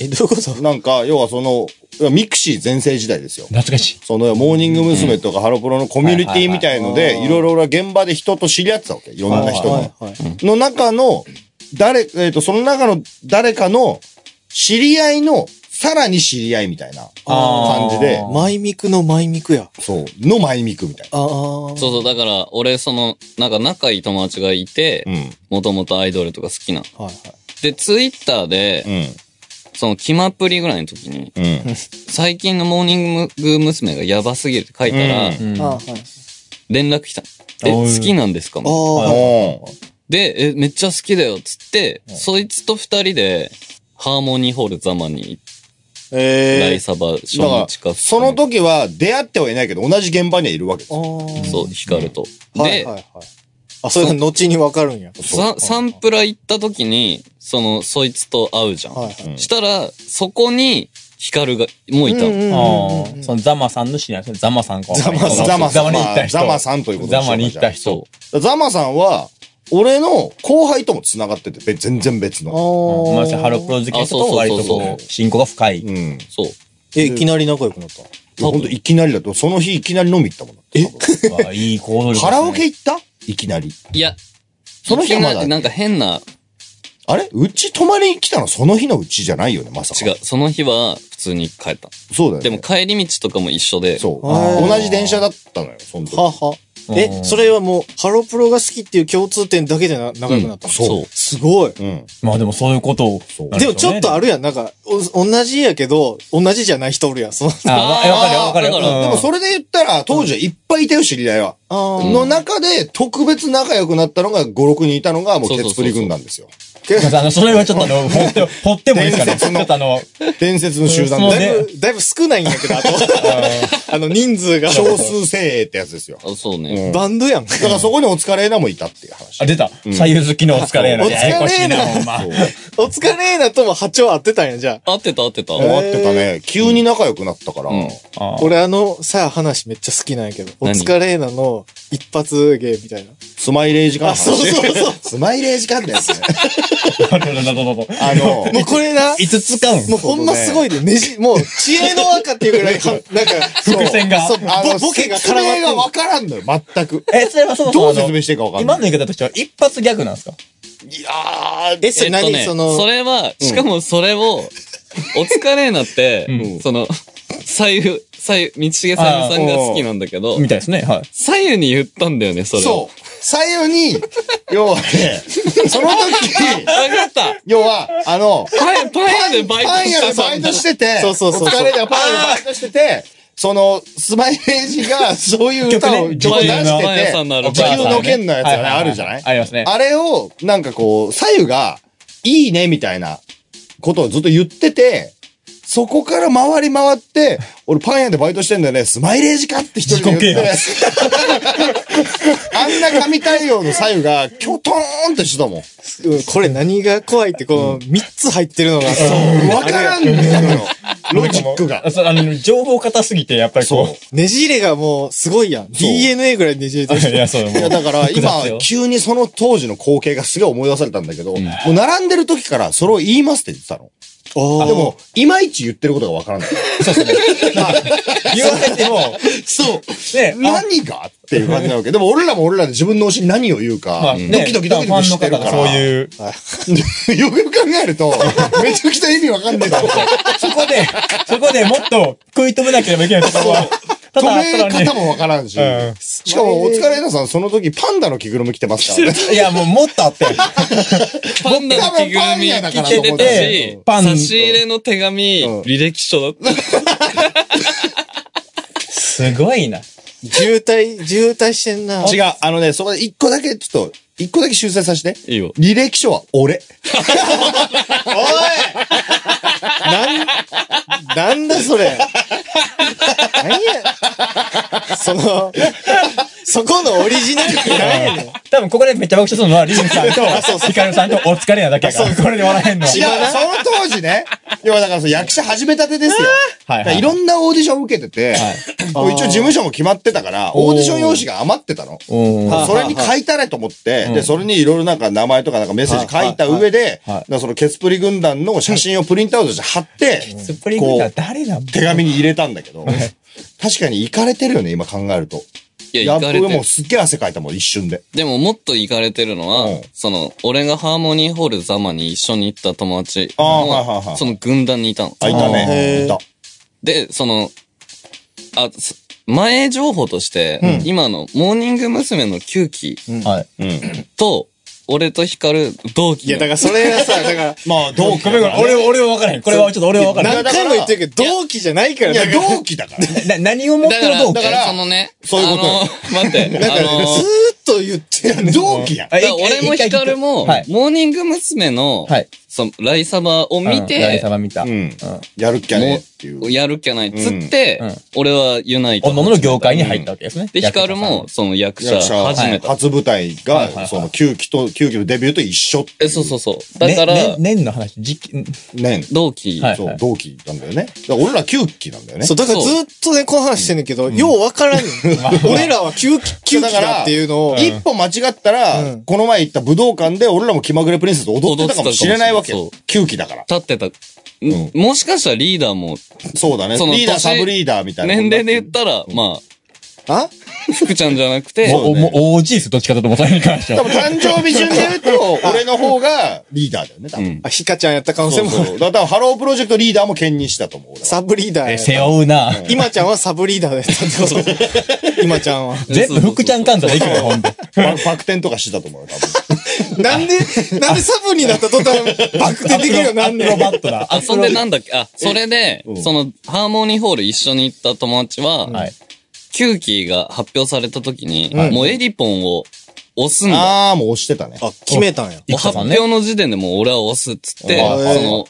Speaker 5: え、どういうこと
Speaker 3: なんか、要はその、ミクシー全盛時代ですよ。
Speaker 2: 懐かしい。
Speaker 3: その、モーニング娘。とかハロプロのコミュニティみたいの
Speaker 5: はいはい
Speaker 3: で、
Speaker 5: はい
Speaker 3: いろいろ俺は現場で人と知り合ってたわけ。いろんな人
Speaker 2: う
Speaker 3: と。
Speaker 5: はいはい。
Speaker 3: の中の、誰、えっ、と、その中の誰かの知り合いの、さらに知り合いみたいな
Speaker 2: あー
Speaker 3: 感じで、
Speaker 5: マイミクのマイミクや。
Speaker 3: そう、の前ミクみたいな。
Speaker 5: ああ。
Speaker 4: そうそう、だから、俺、その、なんか仲いい友達がいて、
Speaker 3: うん。
Speaker 4: もともとアイドルとか好きな。
Speaker 5: はい
Speaker 4: で、ツイッターで、その、キマプリぐらいの時に、
Speaker 3: うん。うん。
Speaker 4: 最近のモーニング娘。がやばすぎるって書いたら、
Speaker 3: うん
Speaker 2: うん
Speaker 5: はい。ああー、はい。
Speaker 4: 連絡来た。
Speaker 2: あ
Speaker 4: え、
Speaker 2: おい
Speaker 4: 好きなんですかみたいな
Speaker 5: ああ、はい
Speaker 3: お
Speaker 4: で、え、めっちゃ好きだよ、つって、そいつと二人で、ハーモニーホールザマに、ラ
Speaker 5: え
Speaker 4: イ
Speaker 5: え。
Speaker 4: サバ
Speaker 3: ー
Speaker 4: 初
Speaker 3: だ
Speaker 4: 日
Speaker 3: か、
Speaker 4: から
Speaker 3: その時は出会ってはいないけど、同じ現場にはいるわけです
Speaker 5: あ
Speaker 3: よ。
Speaker 5: あ。
Speaker 4: そう、ヒカルと。
Speaker 5: はい
Speaker 4: で
Speaker 5: はい、はい。あ、それが後にわかるんや。
Speaker 4: さサンプラ行った時に、その、そいつと会うじゃん。
Speaker 5: はいはい。
Speaker 3: うん
Speaker 4: したら、そこに、ヒカルが、もういたの。
Speaker 5: うんうんうん
Speaker 2: あ
Speaker 5: うんうん
Speaker 2: ーそのザマさんの知り合いですね。ザマさんか。
Speaker 5: ザマさん
Speaker 2: ザマ
Speaker 3: ザ
Speaker 2: ザ
Speaker 3: マ
Speaker 2: マに行った人。
Speaker 3: ザマさんということでしょ
Speaker 2: ザマに行った人。
Speaker 4: そ
Speaker 3: ザマさんは、俺の後輩とも繋がってて、べ全然別
Speaker 5: あ
Speaker 3: の。
Speaker 5: ー
Speaker 2: まあ、ハロプロ好きの人と割と
Speaker 4: あそうそう
Speaker 2: こ
Speaker 4: そう
Speaker 2: う、親交が深
Speaker 3: う
Speaker 2: い。
Speaker 3: ん。
Speaker 4: う。そう。
Speaker 5: え、いきなり仲良くなった。
Speaker 3: ほんといきなりだと、その日いきなり飲み行ったもんだって。
Speaker 2: わあいい行動力です
Speaker 3: カ
Speaker 2: ね。
Speaker 3: ラオケ行ったいきなり。
Speaker 4: いや、
Speaker 3: その日はまだ
Speaker 4: いきなりなんか変な、
Speaker 3: あれうち泊まりに来たのその日のうちじゃないよね、まさか。
Speaker 4: 違う。。その日は、普通に帰った。
Speaker 3: そうだよね。
Speaker 4: でも帰り道とかも一緒で、
Speaker 3: そう。
Speaker 5: あー
Speaker 3: 同じ電車だったのよ、その時。
Speaker 5: はは。え、それはもう、ハロプロが好きっていう共通点だけでな長くなったの、
Speaker 4: そう
Speaker 5: すごい。
Speaker 3: うん。
Speaker 2: まあでもそういうことを。
Speaker 5: でもちょっとあ
Speaker 2: る。
Speaker 5: るやん。なんか、お同じやけど、同じじゃない人おるやん。その
Speaker 2: あ、わかるよわかるよ。
Speaker 3: でもそれで言ったら、当時はいっぱいいたよ、知り合いは。
Speaker 5: あー
Speaker 3: の中で、特別仲良くなったのが5、6人いたのが、もう、
Speaker 4: そうそう
Speaker 3: 鉄
Speaker 4: そうそう
Speaker 3: プリ軍団ですよ。
Speaker 2: まああの、 それはちょっとあの、掘って、掘ってもいいですかね。
Speaker 3: 伝説
Speaker 2: ち
Speaker 3: の
Speaker 2: ょっとあの、
Speaker 3: 伝説の集団
Speaker 2: そう
Speaker 3: で、
Speaker 5: だ
Speaker 3: ね、
Speaker 5: いぶ、だいぶ少ないんやけど、あと。あの、 人数が。
Speaker 3: 少数精鋭ってやつですよ。
Speaker 4: あそうね。
Speaker 3: うんだ
Speaker 5: バンドやん。
Speaker 3: からそこにお疲れなもいたっていう話。
Speaker 2: あ、出た。左右好きのお疲れな。
Speaker 5: お疲れな
Speaker 2: ややこしいな、ほんま。
Speaker 5: お疲れーなとも波長合ってたんや、じゃ
Speaker 4: 合ってた合ってた。
Speaker 3: 変わってたね。急に仲良くなったから。
Speaker 4: うん
Speaker 5: あ。
Speaker 2: あ
Speaker 5: 俺あの、さあ話めっちゃ好きなんやけど。お
Speaker 4: 何
Speaker 5: 疲れーなの一発芸みたいな。
Speaker 3: スマイレージ間の
Speaker 5: あ、そう
Speaker 3: 話。
Speaker 5: そうそう。
Speaker 3: ス マイレージ間のやつね。
Speaker 2: なるほどなるほど。
Speaker 3: あの、
Speaker 5: もうこれ な、
Speaker 2: いつ使うん
Speaker 5: もうほんますごいで、ねじ、もう、知恵の赤っていうぐ らいか、なんか、
Speaker 2: 伏線が。
Speaker 5: そう、
Speaker 3: あの、
Speaker 5: ボボケが絡まっ
Speaker 3: 説
Speaker 5: て
Speaker 3: 明が
Speaker 5: る
Speaker 3: 分からんのよ、全く。
Speaker 2: え、それはそもそも
Speaker 3: ど
Speaker 2: あ
Speaker 3: う
Speaker 2: の
Speaker 3: 説明していいか分かんな
Speaker 2: 今
Speaker 3: い。
Speaker 2: の言い方としては一発ギャグなんですか
Speaker 3: いやー、
Speaker 5: え、そ
Speaker 4: え
Speaker 5: れ
Speaker 4: っと
Speaker 5: 何
Speaker 4: ね、
Speaker 5: その、
Speaker 4: それは、しかもそれを、お疲れになって、
Speaker 2: うん
Speaker 4: その、左右、左右、道重さゆさんが好きなんだけど、
Speaker 2: みたいですね。はい。
Speaker 4: 左右に言ったんだよね、それを。
Speaker 3: そう。左右に、要はね、その時、
Speaker 4: わかった
Speaker 3: 要は、あの、
Speaker 4: パン、パン屋でバイト
Speaker 3: パン
Speaker 4: し
Speaker 3: 屋
Speaker 4: た
Speaker 3: で
Speaker 4: ぞ
Speaker 3: バイトしてて、
Speaker 5: そうそうそうそう
Speaker 3: お疲れでパン屋でバイトしてて、その、スマイレージが、そういう歌を
Speaker 2: 曲ね
Speaker 3: ちょっと出
Speaker 4: 女優のパン屋
Speaker 3: して
Speaker 4: さんのあ
Speaker 3: て、
Speaker 4: る
Speaker 3: 地球の剣のやつがね、あるじゃない
Speaker 2: ありますね。
Speaker 3: あれを、なんかこう、左右が、いいね、みたいなことをずっと言ってて、そこから回り回って、俺パン屋でバイトしてんだよね、スマイレージかって一人で言って。 あんな神対応の左右が、キョトーンってしてたもん。
Speaker 5: うんこれ何が怖いって、この、三つ入ってるのが、
Speaker 3: わからんのよ。ロジックが。
Speaker 2: そうあの、情報硬すぎて、やっぱり
Speaker 3: そう
Speaker 2: こ。
Speaker 5: ねじれがもう、すごいやん。DNA ぐらいねじれて
Speaker 2: う。 い
Speaker 5: る。
Speaker 2: や、そうもう
Speaker 3: いや、だから
Speaker 2: 複雑
Speaker 3: 今
Speaker 2: よ、
Speaker 3: 急にその当時の光景がすげえ思い出されたんだけど、もう並んでる時からそれを言いますって言ってたの。
Speaker 5: おー
Speaker 3: で、も、いまいち言ってることがわ からない。
Speaker 2: 言われても、
Speaker 3: そう。
Speaker 2: ね、あ
Speaker 3: 何がっていう感じなわけ。でも俺らも俺らで自分の推しに何を言う
Speaker 2: ま
Speaker 3: か、
Speaker 2: あね
Speaker 3: ドキドキドキドキしてる
Speaker 2: ファンの方
Speaker 3: か
Speaker 2: が
Speaker 3: ら。
Speaker 2: そう
Speaker 3: う。
Speaker 2: いう、
Speaker 3: よくよく考え ると、めちゃくちゃ意味わかんないと思う。
Speaker 2: そこで、そこでもっと食い止めなければいけないところは、ただあった
Speaker 3: 止
Speaker 2: の
Speaker 3: め
Speaker 2: に
Speaker 3: 方もわからんし。
Speaker 2: うん
Speaker 3: しかも、お疲れなさん、その時パンダの着ぐるみ着てますからね。
Speaker 2: いや、もうもっとあったよ。
Speaker 4: パンダの着ぐるみ
Speaker 2: 僕多分パン屋だか
Speaker 4: 着て
Speaker 2: らと思った
Speaker 4: てた
Speaker 2: し
Speaker 4: し、
Speaker 2: パン
Speaker 4: 差し入れの手紙、
Speaker 3: うん
Speaker 4: 履歴書だった。
Speaker 2: すごいな。
Speaker 5: 渋滞、渋滞してんな。
Speaker 3: 違う。あのね、そこで一個だけ、ちょっと、一個だけ修正させて。
Speaker 4: いいよ。
Speaker 3: 履歴書は俺。
Speaker 5: なん、なんだそれ。何や。その、そこのオリジナリティ何 やねん。
Speaker 2: 多分ここでめっちゃ爆笑するのは、リズムさんと、ヒカルさんとお疲れなだけやから。これで笑えんのは。
Speaker 3: 違う。その当時ね。要はだからその役者始めたてですよ。
Speaker 2: はいはい
Speaker 3: だからいろんなオーディション受けてて、もう一応事務所も決まってたから、オーディション用紙が余ってたの。
Speaker 2: うん
Speaker 5: はあ
Speaker 3: それに書いたらと思って、で、それにいろいろなんか名前とかなんかメッセージ書いた上で、
Speaker 2: はいはい
Speaker 3: だからそのケツプリ軍団の写真をプリントアウトして貼って、
Speaker 2: スプリング
Speaker 3: こ
Speaker 2: が
Speaker 3: う、
Speaker 2: 誰なん
Speaker 3: 手紙に入れたんだけど、確かに行かれてるよね、今考えると。
Speaker 4: いや、
Speaker 3: や
Speaker 4: 行
Speaker 3: っ
Speaker 4: か
Speaker 3: ぱ
Speaker 4: れて
Speaker 3: も
Speaker 4: る
Speaker 3: う。すっげえ汗かいたもん、一瞬で。
Speaker 4: でももっと行かれてるのは、
Speaker 3: うん
Speaker 4: その、俺がハーモニーホールザマに一緒に行った友達
Speaker 3: ああ
Speaker 4: も
Speaker 3: はいはいはい
Speaker 4: その軍団にいたの。
Speaker 3: あ、いたね。
Speaker 5: へー
Speaker 3: いた。
Speaker 4: で、その、あ、そ前情報として、今のモーニング娘。の9期
Speaker 2: はい。
Speaker 4: と、俺とヒカル同期
Speaker 5: いや、だ
Speaker 4: の。
Speaker 5: からそれがさ、だから、
Speaker 3: まあ、同期
Speaker 2: ごめんごめん。俺、俺は分からへん。これはちょっと俺は分からへん。
Speaker 5: 何回も言ってるけど、同期じゃないから
Speaker 3: い
Speaker 5: だ
Speaker 3: や、
Speaker 5: から
Speaker 3: 同期だから。
Speaker 2: な何を持って
Speaker 4: だか
Speaker 2: る
Speaker 4: ら、
Speaker 2: 同
Speaker 4: だ
Speaker 2: 期
Speaker 4: からそのね、
Speaker 3: そういうことよ
Speaker 4: あの、待って、
Speaker 3: だか
Speaker 4: あ
Speaker 3: ら
Speaker 4: の
Speaker 5: ずーっと言ってるね。
Speaker 3: 同期やん。
Speaker 2: あ
Speaker 4: だか
Speaker 2: 一
Speaker 4: ら
Speaker 2: 回
Speaker 4: 俺も
Speaker 2: 一回
Speaker 4: ヒカルも、
Speaker 2: はい。
Speaker 4: モーニング娘。の、
Speaker 2: はい
Speaker 4: その、ライサバを見
Speaker 2: うん誰
Speaker 4: て、
Speaker 2: 様見た。
Speaker 3: うん。やるっきゃねっていう。
Speaker 4: やるっきゃないっつって、
Speaker 2: うんうん
Speaker 4: 俺はユナイト。
Speaker 2: おののの業界に入ったわけですね。
Speaker 4: で、ヒ
Speaker 2: 役
Speaker 4: カ
Speaker 2: 者さ
Speaker 4: ル
Speaker 2: ん
Speaker 4: も、。その役者
Speaker 3: 役者
Speaker 4: 始めた。
Speaker 3: 初舞
Speaker 2: はい
Speaker 3: 台
Speaker 2: はいは
Speaker 3: が、
Speaker 2: い
Speaker 3: その、9期と、9期のデビューと一緒ってい
Speaker 4: え、
Speaker 3: う
Speaker 4: そうそうそう。だから、
Speaker 2: ねね年の話、時期、
Speaker 3: ね。
Speaker 4: 同期、
Speaker 2: はい
Speaker 3: そう、同期なんだよね。だから俺ら9期なんだよね。
Speaker 5: そう、だからず
Speaker 4: そ
Speaker 5: っとね、この話してんねんけど、ようわからんねん。俺らは9期、9期
Speaker 3: だか
Speaker 5: だ
Speaker 3: ら、
Speaker 5: っていうのを、
Speaker 3: 一歩間違ったら、
Speaker 5: うん
Speaker 3: この前行った武道館で俺らも気まぐれプリンセス踊ってたかもしれないわけよ
Speaker 4: 踊って。
Speaker 3: 9期だから。
Speaker 4: 立ってた。
Speaker 3: ん
Speaker 4: もしかしたらリーダーも、
Speaker 3: そうだね。
Speaker 4: その
Speaker 3: リーダー、
Speaker 4: 年
Speaker 3: サブリーダーみたいな。
Speaker 4: 年齢で言ったら、まあ、
Speaker 5: あ
Speaker 4: 福ちゃんじゃなくて、
Speaker 2: もう、もう、おじいです、どっちかだと思ったに関して
Speaker 3: 多
Speaker 2: は。
Speaker 3: 分誕生日順で言うと、俺の方がリーダーだよね、多
Speaker 4: う
Speaker 3: 分。
Speaker 4: ん
Speaker 5: あ、ヒカちゃんやった可能性
Speaker 3: そう
Speaker 5: も
Speaker 3: そうだからハロープロジェクトリーダーも兼任したと思う。俺は
Speaker 5: サブリーダー
Speaker 2: え
Speaker 5: や。
Speaker 2: 背負うな。
Speaker 5: 今ちゃんはサブリーダーだったってこと。今ちゃんは。
Speaker 2: 全部福ちゃん関東でいくよ、ほんと。
Speaker 3: ババク転とかしてたと思うよ、多分。
Speaker 5: なんで、なんでサブになった途端、バク転できるようになんね
Speaker 2: アクロバ
Speaker 5: ん。
Speaker 2: ットだ。
Speaker 4: あ、そんでなんだっけあ、それで、その、ハーモニーホール一緒に行った友達は、
Speaker 2: はい。
Speaker 4: キューキーが発表された時に、もうエリポンを押すんだ。
Speaker 3: あー、もう押してたね。
Speaker 5: あ、決めたん
Speaker 4: も
Speaker 5: や。
Speaker 4: う
Speaker 2: 生田
Speaker 4: 発
Speaker 2: さんね
Speaker 4: 表の時点でもう俺は押すっつって、
Speaker 3: はい
Speaker 5: はい
Speaker 4: その、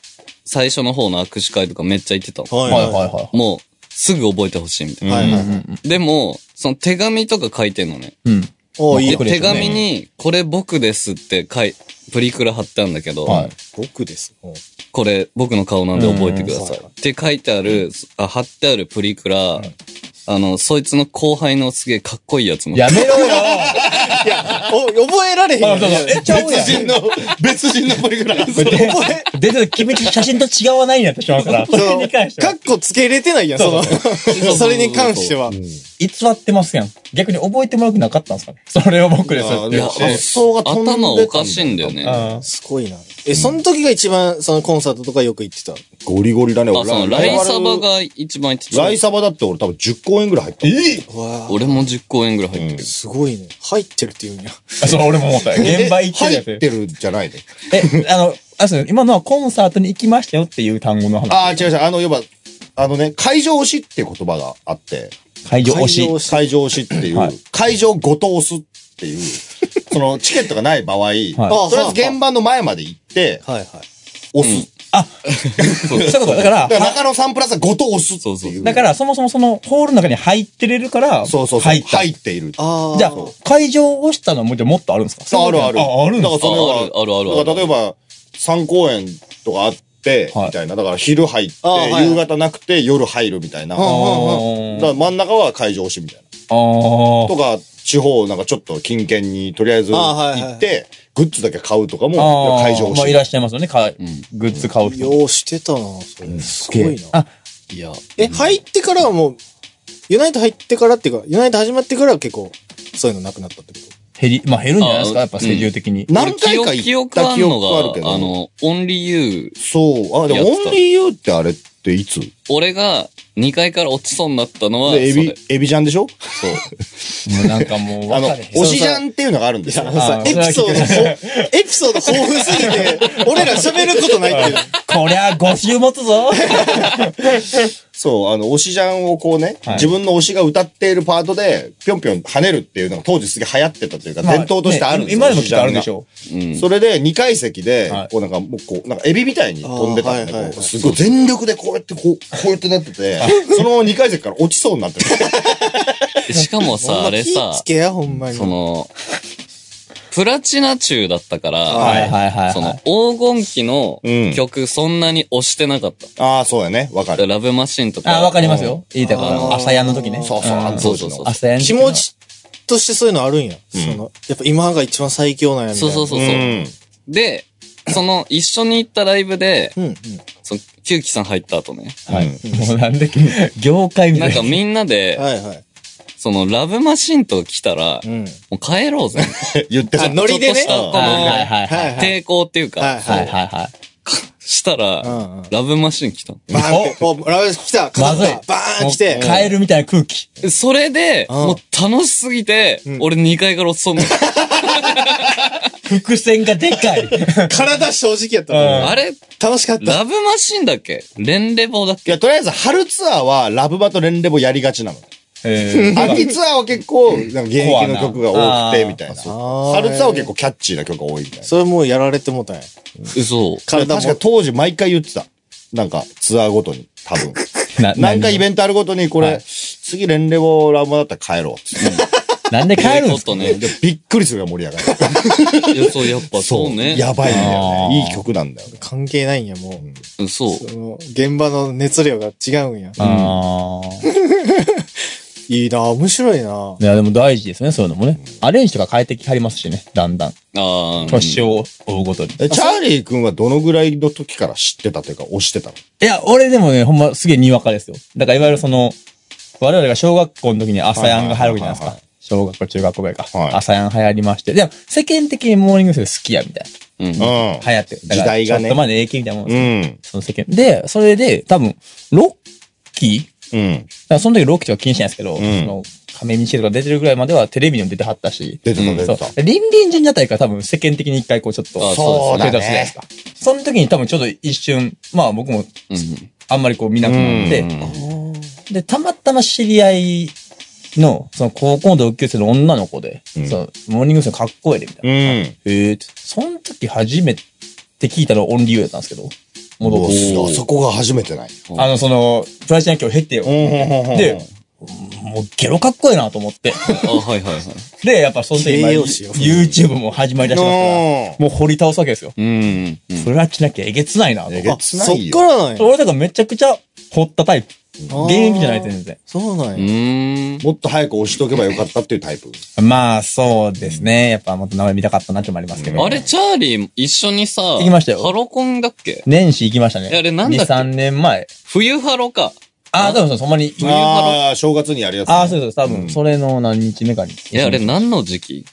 Speaker 4: 最初の方の握手会とかめっちゃ行ってたの。
Speaker 5: は
Speaker 2: はいいはい
Speaker 5: は
Speaker 2: は
Speaker 4: もう、すぐ覚えてほしいみたい
Speaker 5: い。
Speaker 4: な。
Speaker 5: はいはい
Speaker 4: でも、その手紙とか書いてんのね。
Speaker 2: い。うん。
Speaker 5: おーいい
Speaker 4: で
Speaker 5: よ。
Speaker 4: 手紙に、これ僕ですって書い、プリクラ貼ってあるんだけど、
Speaker 2: はい。
Speaker 5: 僕です。うん
Speaker 4: これ僕の顔なんで覚えてください。って書いてある、あ、貼ってあるプリクラ、あの、そいつの後輩のすげえかっこいいやつの。
Speaker 2: やめろよ
Speaker 5: いや、お、覚えられへん
Speaker 2: あ、
Speaker 5: よ
Speaker 2: そうそう。え、ちゃうやん。
Speaker 3: 別人の、別人のプリクラ。
Speaker 2: これ で出てる君と写真と違わないんやってしまうから、それに関して
Speaker 5: カ
Speaker 2: は。
Speaker 5: ッコつけれてないやん、その。それに関しては。
Speaker 2: 偽ってますやん。逆に覚えてもらうくなかったんですかねそれを僕ですっ
Speaker 4: い
Speaker 2: て
Speaker 4: や。
Speaker 3: 発想が飛んでたんだ
Speaker 4: 頭おかしいんだよね。あ、
Speaker 2: あ
Speaker 5: すごいな。え、その時が一番、そのコンサートとかよく行ってた。
Speaker 3: ゴリゴリだね、
Speaker 4: そ
Speaker 3: 俺ら
Speaker 4: の、ライサバ。が一番言って
Speaker 3: ライ
Speaker 4: た。
Speaker 3: サバだって俺多分10公演ぐらい入った。え
Speaker 5: わあ
Speaker 4: 俺も10公演ぐらい入ってる。
Speaker 5: すごいね。入ってるって言うんや。
Speaker 2: あ、そう、俺も思った。現場行ってるやつ。
Speaker 3: 入ってるじゃないで。
Speaker 2: え、あの、あ、そう、今のはコンサートに行きましたよっていう単語の話。
Speaker 3: あー、違う違う。あの、要は、あのね、会場推しっていう言葉があって、
Speaker 2: 会場推
Speaker 5: 会場
Speaker 2: し。
Speaker 3: 会場推しってい
Speaker 2: は
Speaker 3: う
Speaker 2: い、
Speaker 3: 会場ごと押すっていう、そのチケットがない場合、とり
Speaker 2: あ
Speaker 3: あえず現場の前まで行って、
Speaker 5: はいはい。
Speaker 3: 押す。
Speaker 2: そういうこと。だから
Speaker 3: だ、から中野サンプラザごと押すって
Speaker 4: そうそう
Speaker 3: い。
Speaker 4: そう
Speaker 2: だから、そもそもそのホールの中に入ってれるから、
Speaker 3: そうそうそう。
Speaker 2: 入った。
Speaker 3: 入っている。
Speaker 5: ああ。
Speaker 2: じゃあ、会場を押したのはもうじゃあもっとあるんですか
Speaker 3: あるある。
Speaker 2: あ、あるん
Speaker 3: だ
Speaker 2: で
Speaker 3: から
Speaker 2: す
Speaker 3: それは、
Speaker 4: ああるあるあ
Speaker 3: だ
Speaker 4: る
Speaker 3: から例えば、3公演とかあって、
Speaker 2: はい
Speaker 3: みたいな。だから昼入って、
Speaker 5: あはい
Speaker 3: 夕方なくて夜入るみたいな。だ
Speaker 5: う
Speaker 3: か
Speaker 5: ん
Speaker 2: か。
Speaker 3: ら真ん中は会場推しみたい
Speaker 2: あー
Speaker 3: な。とか、地方なんかちょっと近県にとりあえず
Speaker 5: あはいはい
Speaker 3: 行って、グッズだけ買うとかも
Speaker 2: あー。
Speaker 3: 会場
Speaker 2: まあ、い
Speaker 3: 推し。
Speaker 2: らっしゃいますよね、かグッズ買う人。
Speaker 5: ようしてたな、それ。すごいな。
Speaker 2: あ、
Speaker 4: いや、
Speaker 5: え、入ってからはもう、ユナイト入ってからっていうか、ユナイト始まってからは結構、そういうのなくなったってこ
Speaker 2: 減り、まあ減るんじゃないですか
Speaker 4: あ
Speaker 2: や
Speaker 4: ー
Speaker 2: っぱ世流的に。
Speaker 3: 何回か
Speaker 4: 俺記
Speaker 3: 行っ
Speaker 4: 憶記憶
Speaker 3: た
Speaker 4: あ
Speaker 3: 記
Speaker 4: るの
Speaker 3: 憶があるけ
Speaker 4: が、あ
Speaker 3: ど。
Speaker 4: の、オンリーユー、
Speaker 3: そう。あ、でも
Speaker 4: やってた
Speaker 3: オンリーユーってあれっていつ
Speaker 4: 俺が2階から落ちそうになったのは、そ
Speaker 3: でエビ
Speaker 4: れ。、
Speaker 3: エビジャンでしょ
Speaker 4: そう。
Speaker 2: もうなんかもう分
Speaker 3: あの、
Speaker 2: かれへん、
Speaker 3: 推しジャンっていうのがあるんですよ。
Speaker 5: と。さ
Speaker 2: あー
Speaker 5: エピソード、
Speaker 2: そ
Speaker 5: ほエピソード豊富すぎて、俺ら喋ることないっていう。
Speaker 2: こりゃ5週持つぞ
Speaker 3: そう、あの、推しジャンをこうね、
Speaker 2: はい
Speaker 3: 自分の推しが歌っているパートで、ぴょんぴょん跳ねるっていうのが当時すげえ流行ってたというか、伝統としてあるん
Speaker 2: ま
Speaker 3: で
Speaker 2: ね今でも
Speaker 3: すよ、
Speaker 2: きっとあるでしょ
Speaker 4: う
Speaker 3: 推しジ
Speaker 4: ん
Speaker 3: ャンが。それで、2階席で
Speaker 2: はい、
Speaker 3: こうなんか、もうこう、なんかエビみたいに飛んでたんだけ
Speaker 5: あーは
Speaker 3: ど
Speaker 5: いはいはい
Speaker 3: すごい全力でこうやって、こう、こうやってなってて、そのまま2階席から落ちそうになってる。
Speaker 4: でしかも
Speaker 5: ほ ん
Speaker 4: さ、
Speaker 5: ま
Speaker 4: あれ
Speaker 5: 気
Speaker 4: さ
Speaker 5: ぃ、つけや、ほんまに。
Speaker 4: その、プラチナ中だったから、
Speaker 2: はいはいはいはい
Speaker 4: その、黄金期の
Speaker 3: うん
Speaker 4: 曲そんなに押してなかった。
Speaker 3: ああ、そうやね。わかる。
Speaker 4: ラブマシンとか。
Speaker 2: あ、わかりますよ。言いたいことあの、朝やんの時ね。
Speaker 3: そうそう、あの
Speaker 4: そ
Speaker 3: 当
Speaker 4: う
Speaker 3: 時
Speaker 4: そ
Speaker 3: の
Speaker 4: うそう。
Speaker 2: 朝やんの時
Speaker 5: 気
Speaker 2: の
Speaker 5: 持。ちとしてそういうのあるんや。その、やっぱ今が一番最強なんや、みた
Speaker 4: そ
Speaker 5: い
Speaker 4: う
Speaker 5: な。
Speaker 4: そうそう
Speaker 3: う
Speaker 4: そう。
Speaker 3: ん。
Speaker 4: で、その、一緒に行ったライブで、
Speaker 5: うん。うん。
Speaker 4: その、キューキさん入った後ね。
Speaker 2: はい。もうなんで、業界みた
Speaker 4: ないん
Speaker 2: な。
Speaker 4: かみんなで、
Speaker 5: はいはい。
Speaker 4: その、ラブマシンと来たら、
Speaker 5: うん。
Speaker 4: もう帰ろうぜ。
Speaker 3: 言って
Speaker 5: あ
Speaker 3: た。
Speaker 5: ノリでね
Speaker 4: ちょっとした、こ
Speaker 2: はいはい
Speaker 4: の、
Speaker 2: はいはい。
Speaker 5: はい
Speaker 4: 抵抗っていう
Speaker 5: は
Speaker 4: か
Speaker 5: い、
Speaker 2: はいはいはい。
Speaker 4: した
Speaker 5: うんう
Speaker 4: ら
Speaker 5: ん、
Speaker 4: ラブマシン来たの。
Speaker 5: バーンって、もう、ラブ来た、
Speaker 2: まずい
Speaker 5: バーン来て、
Speaker 2: カエルみたいな空気。
Speaker 4: それで、
Speaker 5: うん
Speaker 4: もう楽しすぎて、俺2階から落ちそうになった。
Speaker 2: 伏線がでかい。
Speaker 5: 体正直やった
Speaker 2: うん
Speaker 5: な。
Speaker 4: あれ、
Speaker 5: 楽しかった。
Speaker 4: ラブマシンだっけレンレボだっ
Speaker 3: いや、とりあえず、春ツアーは、ラブバとレンレボやりがちなの。
Speaker 2: えー
Speaker 3: 秋ツアーは結構、なんか現役の曲が多くて、みたいな。
Speaker 5: あー
Speaker 3: 春ツアーは結構キャッチーな曲が多いみたいな。
Speaker 5: それもうやられてもうたんや。
Speaker 4: けそう。
Speaker 5: 体も
Speaker 3: 確か当時毎回言ってた。なんか、ツアーごとに、多分。
Speaker 2: な
Speaker 3: なんかイベントあるごとに、これ、
Speaker 2: はい
Speaker 3: 次連レボラボだったら帰ろうっつって。
Speaker 2: なんで帰るん
Speaker 4: こ
Speaker 2: ですか
Speaker 4: とね。
Speaker 3: でびっくりするが盛り上が る。
Speaker 4: いやそう、やっぱそうね。
Speaker 3: やばいんだよね。
Speaker 2: あー
Speaker 3: いい曲なんだよね。
Speaker 5: 関係ないんや、もう。
Speaker 4: そう。
Speaker 5: その、現場の熱量が違うんや。
Speaker 2: あー
Speaker 5: いいな、面白いな。
Speaker 2: いや、でも大事ですね、そういうのもね。アレンジとか変えてきはりますしね、だんだん。
Speaker 4: ああ。
Speaker 2: 年を追うごとに。
Speaker 3: えチャーリー君はどのぐらいの時から知ってたというか、推してたの
Speaker 2: いや、俺でもね、ほんますげえにわかですよ。だからいわゆるその、我々が小学校の時に朝やんが流行るじゃないです
Speaker 3: はいはいはいは
Speaker 2: か。小学校、中学校ぐらいか。
Speaker 3: はい
Speaker 2: 朝やん流行りまして。でも、世間的にモーニング娘。好きや、みたい
Speaker 4: うん。
Speaker 3: うん。
Speaker 2: な。流行ってる。だから
Speaker 3: 時代がね
Speaker 2: ちょっと前の AK みたいなもん
Speaker 3: う
Speaker 2: ですよ
Speaker 3: ん。
Speaker 2: その世間。で、それで、多分、ロッキー
Speaker 3: うん。
Speaker 2: だからその時ロッキーとか気にしないですけど、
Speaker 3: ん
Speaker 2: その、亀見シェルとか出てるぐらいまではテレビにも出てはったし。
Speaker 3: 出てた、出
Speaker 2: そ
Speaker 3: て
Speaker 2: う
Speaker 3: た。。
Speaker 2: リンリンジンあたりから多分世間的に一回こうちょっと、
Speaker 4: あ
Speaker 3: そうだね
Speaker 2: フェードアウトするじゃないですか。その時に多分ちょっと一瞬、まあ僕も
Speaker 4: うん。
Speaker 2: あんまりこう見なくなって、で、たまたま知り合いの、その高校の同級生の女の子で、
Speaker 3: ん
Speaker 2: そのモーニング娘。かっこええで、みたいな。
Speaker 3: うん。
Speaker 2: へえって。その時初めて聞いたのはオンリーユーやったんですけど、戻
Speaker 3: お
Speaker 2: って。
Speaker 3: ーそこが初めてない。
Speaker 2: あの、その、プラチナ今日経ってよ。で
Speaker 3: で、、
Speaker 2: もうゲロかっこええなと思って。
Speaker 4: あ、はいはいはい。
Speaker 2: で、やっぱその時今
Speaker 5: 形容詞よ
Speaker 2: YouTube も始まりだしますから、
Speaker 3: うん
Speaker 2: もう掘り倒すわけですよ。
Speaker 4: うん。うん
Speaker 2: プラチナきゃえげつないなと。
Speaker 3: えげ
Speaker 5: あ、
Speaker 3: つ
Speaker 5: そ
Speaker 3: な
Speaker 5: っ
Speaker 3: いよ。
Speaker 5: からなんや。
Speaker 2: 俺だからめちゃくちゃ掘ったタイプ。現役じゃない
Speaker 5: て
Speaker 2: 全然。
Speaker 5: そうなん
Speaker 4: う
Speaker 5: や。
Speaker 4: ん。
Speaker 3: もっと早く押しとけばよかったっていうタイプ。
Speaker 2: まあ、そうですね。やっぱもっと名前見たかったなってのもありますけど。
Speaker 4: あれ、チャーリー一緒にさ、
Speaker 2: きましたよ
Speaker 4: ハロコンだっけ
Speaker 2: 年始行きましたね。
Speaker 4: あれなんだっけ
Speaker 2: ?2、3年前。
Speaker 4: 冬ハロか。
Speaker 2: ああ、多分そうそんなに。
Speaker 4: 冬ハ
Speaker 3: ああ、正月にやるやつ。
Speaker 2: ああ、そうそう、多分、それの何日目かに。
Speaker 4: ロ。え、あれ何の時期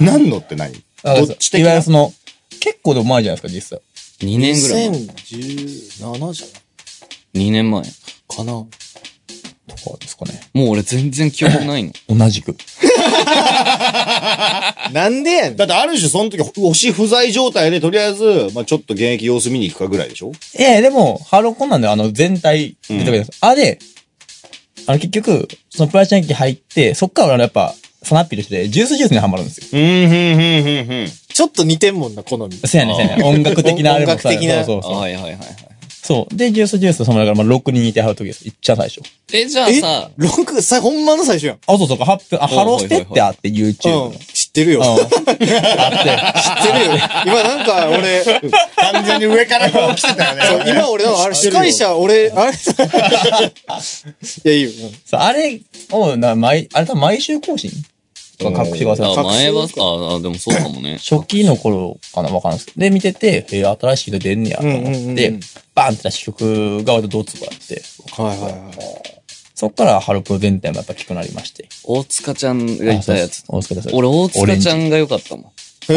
Speaker 3: 何のって何
Speaker 2: あそう
Speaker 3: どっち的
Speaker 2: いわゆ
Speaker 3: な
Speaker 2: るその、結構でも前じゃないですか、実際。
Speaker 4: ?2 年ぐらい前。
Speaker 5: 2017じゃない
Speaker 4: 2年前。
Speaker 5: かな。
Speaker 2: とかですかね。
Speaker 4: もう俺全然記憶ないの。
Speaker 2: 同じく。
Speaker 5: なんでやねん。
Speaker 3: だってある種その時、押し不在状態で、とりあえず、まあちょっと現役様子見に行くかぐらいでしょ
Speaker 2: ええ、でも、ハロコンなんで、あの、全体出てくるんです。あ、で、あの、結局、そのプラチナ機入って、そっから俺はやっぱ、サナッピーとして、ジュースジュースにハマるんですよ。
Speaker 3: うん、うん、うん、うん、うん。
Speaker 5: ちょっと似てんもんな、好み。
Speaker 2: せやねんせやねん。音楽的なあれもさ、
Speaker 5: 音楽的な
Speaker 2: そうそうそう。
Speaker 4: はいはいはいはい。
Speaker 2: そう。で、ジュースジュースとそのだから、まあ、6人いてはる時です。いっちゃ最初。
Speaker 4: え、じゃあ
Speaker 5: え
Speaker 4: さ、
Speaker 5: ?6、さ、ほんまの最初やん。
Speaker 2: あ、そうそうか、発表、あ、
Speaker 4: いは
Speaker 2: ハ
Speaker 4: いは
Speaker 2: ロ
Speaker 4: い
Speaker 2: ステってあって、YouTube の。
Speaker 5: うん。知ってるよ。
Speaker 2: あ
Speaker 5: 知っ
Speaker 2: あって。
Speaker 5: てるよ。今なんか俺、
Speaker 3: 完全に上からこう来てた よね。
Speaker 5: そう今俺なんかあれ、司会者、俺、あれ いや、いいよ。
Speaker 2: そうあれをな、毎、あれ多分毎週更新とか隠しがさ、。
Speaker 4: あ、前は
Speaker 5: 隠し
Speaker 4: さ、あ、あでもそうかもね
Speaker 2: 初期の頃かなわかんないですけど。で、見てて、へえ新しい人出んねやと思って、
Speaker 5: うんうんうんうん
Speaker 2: バーンって出した曲が割とドツボやって、
Speaker 5: はいはいはい。
Speaker 2: そっからハロプロ全体もやっぱ聞くなりまして。
Speaker 4: 大塚ちゃんがいたやつ。
Speaker 2: あ。そうそう大塚です。
Speaker 4: 俺、大塚ちゃ
Speaker 2: ん。
Speaker 4: んが良かったもん。
Speaker 5: へ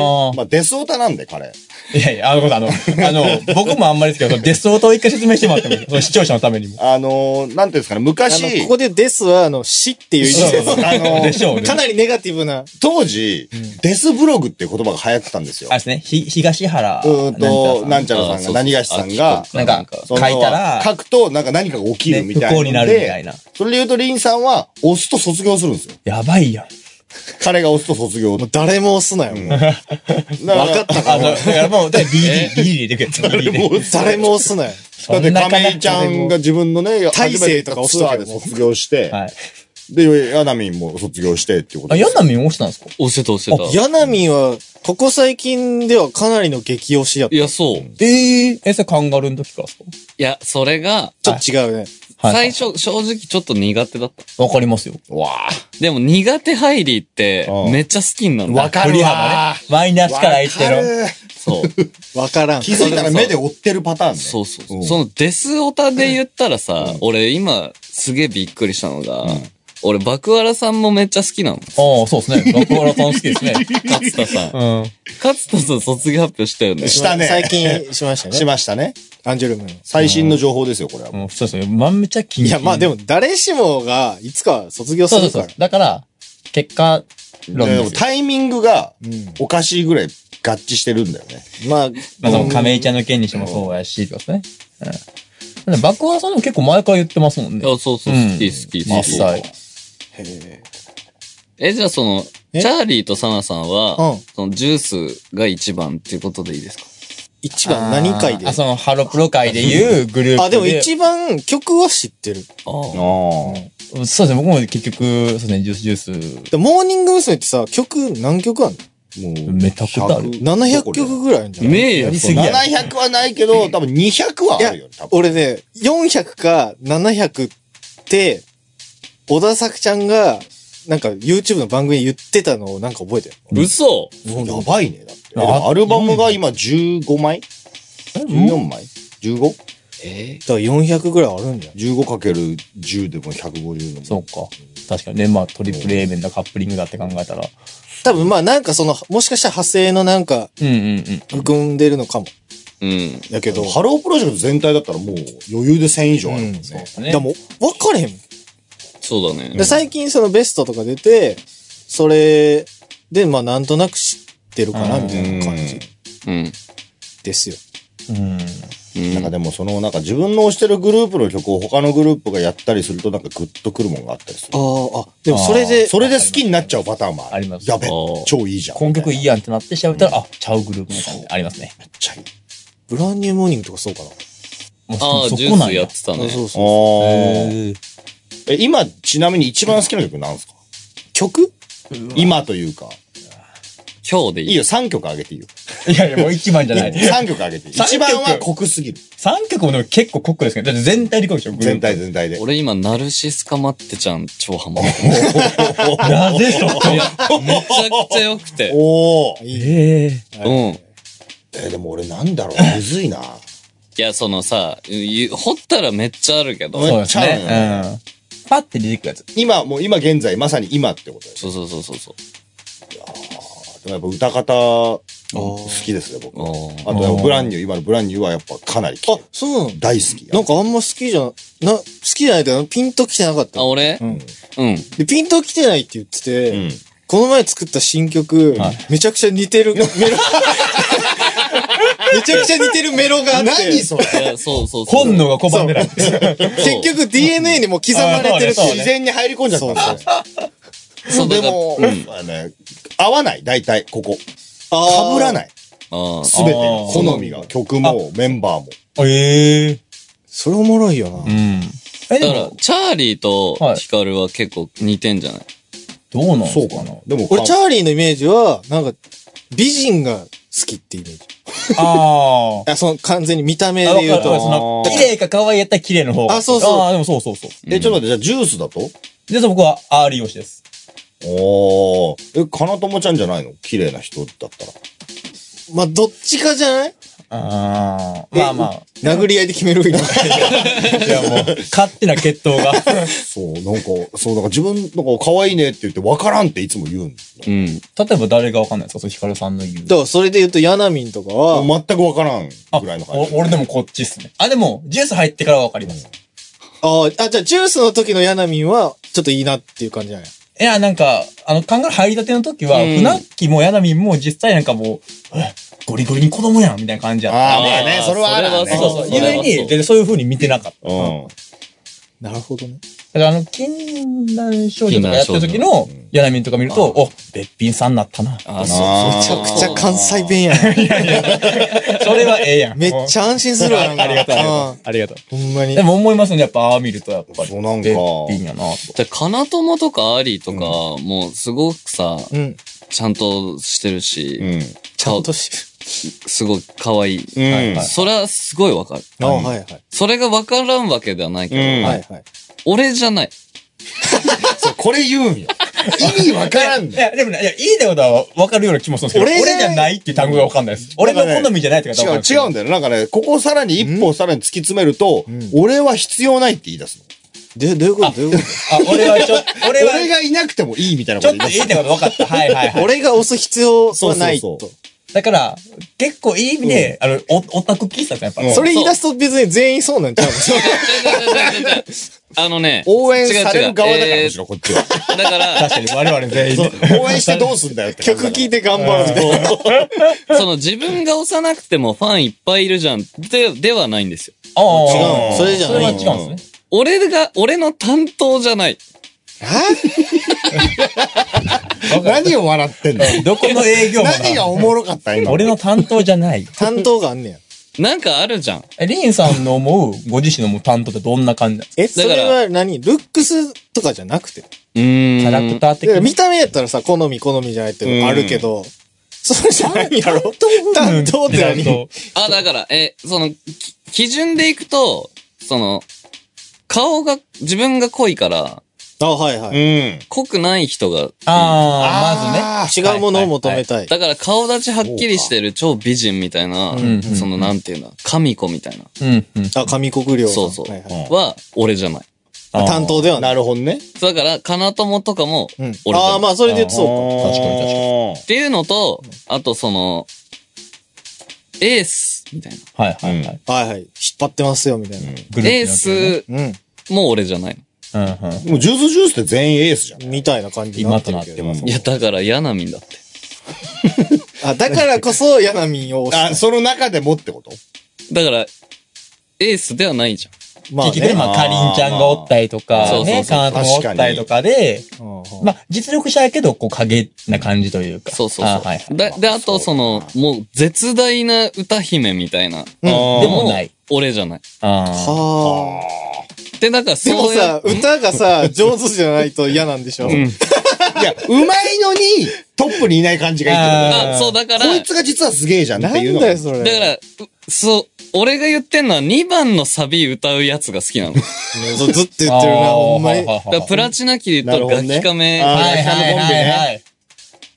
Speaker 2: あ
Speaker 3: まあデスオタなんで、彼。
Speaker 2: ーいやいや、あのこと、あの、あの、僕もあんまりですけど、そのデスオートを一回説明してもらってもいいその視聴者のためにも。
Speaker 3: あのー、なんていうんですかね、
Speaker 5: ーあの、
Speaker 3: 昔
Speaker 5: こ、こでですは、あの、死っていう意味です。
Speaker 3: あの
Speaker 2: でしょうね。
Speaker 5: かなりネガティブな。
Speaker 3: 当時、デスブログっていう言葉が流行ってたんですよ
Speaker 2: あれ。ですね、ひ、東原。
Speaker 3: うーんと、なんちゃ
Speaker 4: あ
Speaker 3: ら
Speaker 4: そう
Speaker 3: さ
Speaker 4: そ
Speaker 3: ん
Speaker 4: う
Speaker 3: が、何がしさんが、
Speaker 2: なんか
Speaker 3: その
Speaker 2: 書いたら
Speaker 3: 書くと、なんか何かが起きるみたいな
Speaker 2: ね
Speaker 3: ので。
Speaker 2: 不幸になるみたいな
Speaker 3: それで言うと、リンさんは、押すと卒業するんですよ。
Speaker 2: やばいやん。
Speaker 3: 彼が押すと卒業。
Speaker 5: も
Speaker 3: だ
Speaker 5: う誰も押すなよ、もう
Speaker 3: から
Speaker 5: 分かった
Speaker 2: あ
Speaker 5: か
Speaker 2: の、
Speaker 5: も
Speaker 2: だからもう、だから BD、BD 入れてくれ。BD
Speaker 3: 押す
Speaker 5: 誰も押すなよ。
Speaker 3: だって、亀井ちゃ
Speaker 5: 誰
Speaker 3: ん
Speaker 5: も
Speaker 3: が自分のね、
Speaker 5: 大勢とか押す
Speaker 3: ツ
Speaker 5: わ
Speaker 3: ア
Speaker 5: け
Speaker 3: ー
Speaker 5: で
Speaker 3: で
Speaker 5: も
Speaker 3: 卒業して、
Speaker 2: はい。
Speaker 3: で、ヤナミンも卒業してっていうこと
Speaker 2: あ、
Speaker 3: で
Speaker 2: ヤナミン押したんですか
Speaker 4: 押してた押してた。
Speaker 5: ヤナミンは、ここ最近ではかなりの激推しやった。
Speaker 4: いや、そう。
Speaker 2: えええ、それカンガルーの時からですか
Speaker 4: いや、それが、
Speaker 5: ちょっと違うね。
Speaker 2: はい
Speaker 4: 最初、正直ちょっと苦手だった。
Speaker 2: わかりますよ。
Speaker 3: わ
Speaker 4: でも苦手入りって
Speaker 3: う、ん
Speaker 4: めっちゃ好きになるんだ。
Speaker 3: か
Speaker 2: 振り幅ね。マイナスから言ってる。
Speaker 4: そう。
Speaker 5: わからん。
Speaker 3: 気づいたら目で追ってるパターンね。
Speaker 4: そうそうそうう。
Speaker 3: ん
Speaker 4: そのデスオタで言ったらさ、俺今すげえびっくりしたのが、俺爆笑さんもめっちゃ好きなの。
Speaker 2: ああ、そうですね。学校のさん好きですね。
Speaker 4: 勝田さん。
Speaker 2: うん。
Speaker 4: 勝田さん卒業発表したよね。
Speaker 3: したね
Speaker 5: 最近しました
Speaker 3: し
Speaker 5: ね。
Speaker 3: ましたね。
Speaker 5: アンジュルムの。
Speaker 3: 最新の情報ですよ、これは。
Speaker 2: もうそうですね。まんめちゃ気
Speaker 5: い
Speaker 2: に。
Speaker 5: や、まあで
Speaker 2: も。
Speaker 5: も、誰しもが、いつか卒業す
Speaker 2: そうそうそ
Speaker 5: るか
Speaker 2: う
Speaker 5: ら。。
Speaker 2: だから、結果論
Speaker 3: で
Speaker 2: で
Speaker 3: も
Speaker 2: すよ。
Speaker 3: タイミングが
Speaker 5: うん
Speaker 3: おかしいぐらい合致してるんだよね。
Speaker 5: まあ、
Speaker 2: まあその亀井ち
Speaker 5: ゃん。
Speaker 2: ゃんの件にしてもそうやし、とかですね。うん。で爆破さんでも結構前から言ってますもんね。
Speaker 4: あそうそう、
Speaker 2: うん
Speaker 4: 好き好き好
Speaker 2: 実
Speaker 4: き。
Speaker 2: 際。
Speaker 4: え、じゃあその、チ
Speaker 5: え
Speaker 4: ャーリーとサナさん
Speaker 5: う
Speaker 4: は
Speaker 5: ん、
Speaker 4: そのジュースが一番っていうことでいいですか
Speaker 5: 一番何回で
Speaker 2: あ、その、ハロプロ界でいうグループで。
Speaker 5: あ、でも一番曲は知ってる。
Speaker 4: あ
Speaker 3: あ
Speaker 4: あ。
Speaker 3: あ。
Speaker 2: そうですね、僕も結局、そうですね、ジュースジュース。
Speaker 5: でモーニング娘。ってさ、曲何曲あん
Speaker 3: もう
Speaker 2: めちゃくちゃある
Speaker 5: の ?700
Speaker 3: ど
Speaker 5: 曲
Speaker 3: こ
Speaker 5: ぐらいあるんじゃない
Speaker 4: ねえよ
Speaker 2: やりす
Speaker 3: で
Speaker 2: ぎやろ。
Speaker 3: 700はないけど、多分200はいあ
Speaker 5: や
Speaker 3: るよね、多、分。
Speaker 5: 俺ね、400か700って、小田作ちゃんが、なんか YouTube の番組で言ってたのをなんか覚えてる。
Speaker 4: 嘘
Speaker 3: やばいね、だって。
Speaker 2: あ
Speaker 3: アルバムが今15枚 ?14 枚 ?15?
Speaker 4: え
Speaker 5: ら400ぐらいあるんじゃん。
Speaker 3: 15×10 でも150でも。
Speaker 2: そうか。確かにね、まあトリプル A 面だ、カップリングだって考えたら。
Speaker 5: 多分まあなんかその、もしかしたら派生のなんか
Speaker 2: うんうんうん。
Speaker 5: 含んでるのかも。
Speaker 4: うん。
Speaker 5: やけど、
Speaker 3: ハロープロジェクト全体だったらもう余裕で1000以上あるもんね。
Speaker 2: そうね
Speaker 5: でも分かれへんもん。
Speaker 4: そうだね。
Speaker 5: で最近そのベストとか出て、それでまあなんとなく知ってるかな
Speaker 2: うん
Speaker 5: みたいな感
Speaker 3: う
Speaker 5: じ
Speaker 3: ん
Speaker 4: うん。
Speaker 5: ですよ。
Speaker 2: うん。
Speaker 4: うん
Speaker 3: なんかでもそのなんか自分の推してるグループの曲を他のグループがやったりするとなんかグッとくるもんがあったりす
Speaker 5: あ
Speaker 3: る。
Speaker 5: あ、あ、でもそれで、
Speaker 3: それで好きになっちゃうパターンもある。
Speaker 2: あります
Speaker 3: やべ
Speaker 4: あー、
Speaker 3: 超いいじゃん。
Speaker 2: この曲いいやんってなって調べたら、あ、ちゃうグループみたいな。ありますね。
Speaker 3: めっちゃいい。
Speaker 5: ブランニューモーニングとかそうかな。
Speaker 2: もう
Speaker 4: ああ、
Speaker 2: そ
Speaker 4: ジュ
Speaker 2: こな
Speaker 4: ー
Speaker 2: ん
Speaker 4: ス
Speaker 2: や
Speaker 4: やってたね。
Speaker 5: そう
Speaker 3: あ
Speaker 5: そう。
Speaker 3: ー
Speaker 2: へー
Speaker 3: え、今ちなみに一番好きな曲なんですか
Speaker 5: 曲
Speaker 3: 今というか。
Speaker 4: 今日でい
Speaker 3: いい
Speaker 4: い。
Speaker 3: よ、3曲あげていいよ。
Speaker 2: いやいや、もう一番じゃない。
Speaker 3: 3曲あげていい。
Speaker 2: 三曲
Speaker 3: 一番は濃くすぎる。
Speaker 2: 三曲もでも結構コックですけど、だって全体でコックでしょ、グルー
Speaker 3: 全
Speaker 2: プ
Speaker 3: 体全体で。
Speaker 4: 俺今、ナルシスカマってちゃん超ハマって
Speaker 2: なぜそこ
Speaker 4: る。いや、めちゃくちゃ良くて。
Speaker 3: おー。
Speaker 2: ええ
Speaker 4: うん。い
Speaker 3: えーでも俺なんだろう、むずいな。
Speaker 4: や、そのさ、ゆ掘ったらめっちゃあるけど。
Speaker 3: め
Speaker 2: そう
Speaker 3: っ
Speaker 2: で
Speaker 3: ち
Speaker 2: す
Speaker 3: ゃあるよ
Speaker 2: ね。うん。パッて出てくるやつ。
Speaker 3: 今、もう今現在、まさに今ってことです。
Speaker 4: そうそうそうそうそう。
Speaker 3: でもやっぱ歌方、好きですね、僕。あ
Speaker 4: おー
Speaker 3: とやっぱブランニュー、今のブランニューはやっぱかなり聞い
Speaker 5: あ
Speaker 3: てる、
Speaker 5: そうなの
Speaker 3: 大好き。
Speaker 5: なんかあんま好きじゃ、な、好きじゃないけど、ピンときてなかった
Speaker 4: あ、。俺
Speaker 5: うん。
Speaker 4: うん。
Speaker 5: で、ピンときてないって言ってて、
Speaker 3: うん。
Speaker 5: この前作った新曲、
Speaker 2: はい
Speaker 5: めちゃくちゃ似てるメロ、めちゃくちゃ似てるメロがあって、
Speaker 3: 何
Speaker 5: 結
Speaker 3: それ
Speaker 4: いや、そうそうそう。
Speaker 2: 本能が拒んでない。
Speaker 5: 局 DNA にも刻まれてるって
Speaker 2: あそう
Speaker 5: い
Speaker 2: ね
Speaker 5: う
Speaker 3: 自然に入り込んじゃったんだね
Speaker 4: そう、
Speaker 3: で
Speaker 4: だから、
Speaker 3: も、
Speaker 4: うん。
Speaker 3: あのね合わない、大体、ここ。
Speaker 5: あー
Speaker 3: 被らない。
Speaker 4: ああ。
Speaker 3: すべて
Speaker 2: あ
Speaker 3: が、
Speaker 2: ー
Speaker 3: 好みが、曲も、メンバーも。
Speaker 2: ええ
Speaker 5: それおもろいよな。
Speaker 2: うん。え、で
Speaker 4: だから
Speaker 2: も、、
Speaker 4: チャーリーと
Speaker 2: はい
Speaker 4: ヒカルは結構似てんじゃない、
Speaker 2: どうなんです
Speaker 3: そうかな。でも、
Speaker 5: 俺、チ
Speaker 3: か
Speaker 5: ャーリーのイメージは、なんか、美人が好きってイメージ。
Speaker 2: あー
Speaker 5: あ、その完全に見た目
Speaker 2: あ。わ
Speaker 5: で
Speaker 2: かる
Speaker 5: 言う
Speaker 2: わかるそ
Speaker 5: と。
Speaker 2: の、綺麗か可愛いやったら綺麗の方が。
Speaker 5: あそうそう
Speaker 2: ああ、でもそうそうそう。
Speaker 3: え、ちょっと待って、じゃあ、ジュースだと
Speaker 2: で、そう僕は R 用紙です。
Speaker 3: おー。え、かなともちゃんじゃないの綺麗な人だったら。
Speaker 5: まあ、どっちかじゃない
Speaker 2: ああ。まあまあ。
Speaker 5: 殴り合いで決めるみたいな。
Speaker 2: いやもう、勝手な決闘が。
Speaker 3: そう、なんか、そう、だから自分、なんか、可愛いねって言って、わからんっていつも言うんだ
Speaker 4: うん。
Speaker 2: 例えば誰がわかんないですかそう、ヒカルさんの言う。
Speaker 5: だから、それで言うと、ヤナミンとかは、
Speaker 3: もう全くわからん
Speaker 2: あ
Speaker 3: ぐらいの感じ。
Speaker 2: お俺でもこっちっすね。あ、でも、ジュース入ってからわかります。
Speaker 5: あーあ、じゃあ、ジュースの時のヤナミンは、ちょっといいなっていう感じじゃない
Speaker 2: いや、なんか、あの、カンガルー入りたての時は、
Speaker 4: うん
Speaker 2: 船木もヤナミンも実際なんかもう、えゴリゴリに子供やんみたいな感じやった。
Speaker 3: あーまあねそれはあるわ
Speaker 2: そ
Speaker 3: ね
Speaker 2: うそう。
Speaker 4: それ
Speaker 2: ゆ
Speaker 4: は
Speaker 2: えに、全然そういう風に見てなかった。
Speaker 3: うん。
Speaker 5: なるほどね。
Speaker 2: だからあの、禁断症状とかやった時
Speaker 4: 禁
Speaker 2: の、ヤナミンとか見ると、お、べっぴんさんになったな。
Speaker 4: ああ、
Speaker 3: あー
Speaker 5: めちゃくちゃ関西弁やん。
Speaker 2: それはええやん。
Speaker 5: めっち
Speaker 2: ゃ。
Speaker 5: ゃ安心するわ、なんか。
Speaker 2: ありがとう
Speaker 5: うん。
Speaker 2: ありがとう。
Speaker 5: ほんまに
Speaker 2: で。も思いますね。やっぱ、ああ見ると、やっぱり。
Speaker 3: そうなんか
Speaker 2: べっぴんやなと。
Speaker 4: じゃあ、かなともとかアーリーとか、もうすごくさ、
Speaker 5: うん。
Speaker 4: ちゃんとしてるし、
Speaker 3: うん。
Speaker 5: ちゃんとし、
Speaker 4: すごい可愛い。
Speaker 3: うん
Speaker 2: はいはい
Speaker 4: それはすごいわかる。
Speaker 5: あ、はいはい。
Speaker 4: それがわからんわけではないけど、
Speaker 3: うん
Speaker 5: はいはい。
Speaker 4: 俺じゃない。
Speaker 3: そう、これ言うんよ。 意味わからん
Speaker 2: い
Speaker 3: ね
Speaker 2: や、でもね、いや、いいってことは分かるような気もするんですけど、
Speaker 5: 俺
Speaker 2: 俺
Speaker 5: じ
Speaker 2: じ
Speaker 5: ゃ
Speaker 2: ゃないっていう単語が分かんないです。俺の好みじゃないって方
Speaker 3: 違
Speaker 2: は
Speaker 3: う、
Speaker 2: 分かんないです
Speaker 3: 違うんだよ。なんかね、ここをさらに一歩さらに突き詰めると、
Speaker 5: ん
Speaker 3: 俺は必要ないって言い出すの。
Speaker 5: で、どういうことどういうこ
Speaker 2: あ、俺はちょ、俺は、
Speaker 3: 俺がいなくてもいいみたいな
Speaker 2: ち
Speaker 3: こ
Speaker 2: ょ
Speaker 3: と
Speaker 2: っ
Speaker 3: 言
Speaker 2: と
Speaker 3: い
Speaker 2: いい
Speaker 3: 出す
Speaker 2: ってこと分かった。はい はい
Speaker 5: と
Speaker 2: はい。
Speaker 5: 俺が押す必要はない
Speaker 3: そう
Speaker 5: と
Speaker 3: そ。
Speaker 2: だから、結構いい意味で、あの、おオタク喫茶ってやっぱ、
Speaker 3: う ん
Speaker 5: それ言い出すと別に全員そうなんちゃう
Speaker 4: あのね、
Speaker 3: 応援される側だか
Speaker 4: 違う違
Speaker 3: ら、
Speaker 4: う
Speaker 3: むしろこっちは。
Speaker 4: えーだから、
Speaker 2: 確かに我々全員
Speaker 3: そう
Speaker 2: ね。
Speaker 3: 応援してどうすんだよって感じだ
Speaker 5: 曲
Speaker 3: から。
Speaker 5: 聴いて頑張ろうみたいな。
Speaker 4: その自分が幼くてもファンいっぱいいるじゃん。で、ではないんですよ。
Speaker 2: ああ。
Speaker 3: 違う
Speaker 5: それじゃ
Speaker 2: それ
Speaker 5: な
Speaker 2: はい違うんですね。
Speaker 4: 俺が、俺の担当じゃない。
Speaker 3: 何を笑ってんの
Speaker 2: どこの営業も
Speaker 3: 何が
Speaker 2: な。
Speaker 3: おもろかった今。
Speaker 2: 俺の担当じゃない。
Speaker 5: 担当があんねや。
Speaker 4: なんかあるじゃん。
Speaker 2: え、リンさんの思うご自身のもう担当ってどんな感じなんですか
Speaker 5: え、それは何ルックスとかじゃなくて。
Speaker 4: うーん。
Speaker 2: キャラクター的
Speaker 5: だから
Speaker 2: に。
Speaker 5: 見た目やったらさ、好み好みじゃないってあるけど、それじゃないやろ
Speaker 2: うん
Speaker 5: 担当って何
Speaker 2: 担
Speaker 4: あ、だから、え、その、き基準でいくと、その、顔が、自分が濃いから、
Speaker 5: あ、はいは
Speaker 3: う
Speaker 5: い。
Speaker 3: ん。
Speaker 4: 濃くない人が、
Speaker 2: ああ、まずね。
Speaker 5: 違うものを求めたい。
Speaker 4: だから顔立ちはっきりしてる超美人みたいな、
Speaker 2: ん
Speaker 4: そのなんていうんだ、神子みたいな、
Speaker 2: うん、うん。
Speaker 5: あ、上国料。
Speaker 4: そうそう
Speaker 5: はいはい
Speaker 4: は俺じゃない。
Speaker 2: あー
Speaker 5: 担当ではない。
Speaker 3: なるほどね。
Speaker 4: だから、かなともとかも
Speaker 5: うん
Speaker 4: 俺じゃない。
Speaker 5: ああ、まあ、それで言うとそう
Speaker 2: 確かに確かに
Speaker 4: っていうのと、あとその、エースみたいな。
Speaker 2: はいはいはい。
Speaker 5: か。はいはい。引っ張ってますよ、みたいな。
Speaker 2: グル
Speaker 4: エー
Speaker 2: ープになって
Speaker 4: ス
Speaker 5: うん。
Speaker 4: も俺じゃない。
Speaker 2: るね。うん、うん。
Speaker 3: もうジュースジュースって全員エースじゃん。
Speaker 5: みたいな感じにな
Speaker 2: 今
Speaker 5: って
Speaker 2: と
Speaker 5: る
Speaker 2: なっ
Speaker 5: け
Speaker 2: て
Speaker 5: ど。
Speaker 2: ます。
Speaker 4: いや、だから嫌なみんだって。
Speaker 5: あ、だからこそ、ヤナミンを押
Speaker 3: あ、
Speaker 5: し
Speaker 3: その中でもってこと
Speaker 4: だから、エースではないじゃん。
Speaker 5: た。まあ
Speaker 2: 結局ね、
Speaker 5: ね。
Speaker 2: まあ、かりんちゃんがおったりと
Speaker 4: あーそ
Speaker 2: か、
Speaker 4: うそう
Speaker 2: ね、
Speaker 4: そ
Speaker 2: か
Speaker 4: う
Speaker 2: なたもおったりとかで、
Speaker 5: うんうん
Speaker 2: まあ、実力者やけど、こう、影な感じというか。
Speaker 4: そうそう
Speaker 2: あ
Speaker 4: そ
Speaker 2: ー
Speaker 4: う。
Speaker 2: はいはい。
Speaker 4: だで、あとその、もう絶大な歌姫みたいな。
Speaker 5: うん
Speaker 2: でもない。
Speaker 4: 俺じゃない。
Speaker 2: あ
Speaker 5: はあ。
Speaker 4: で、だから
Speaker 5: でも
Speaker 4: そうや
Speaker 5: さ、歌がさ、上手じゃないと嫌なんでしょ
Speaker 4: うん。
Speaker 3: いや、うまいのに、トップにいない感じがいいって
Speaker 2: あ
Speaker 4: あ、そう、だか
Speaker 3: こと
Speaker 4: ら、
Speaker 3: こいつが実はすげえじゃんっ
Speaker 5: なん
Speaker 3: て
Speaker 5: だ
Speaker 3: いうの
Speaker 5: よ、それ。
Speaker 4: だから、うそう、俺が言ってんのは2番のサビ歌うやつが好きなの。だか
Speaker 5: ねずずっと言
Speaker 2: あー
Speaker 5: ってるな、ほんまに。
Speaker 2: はいはい
Speaker 4: らプラチナキリ
Speaker 3: なる
Speaker 4: と
Speaker 3: ほど
Speaker 4: ガ
Speaker 3: ね
Speaker 4: キカメ、
Speaker 3: あー
Speaker 2: はいはいはいはい。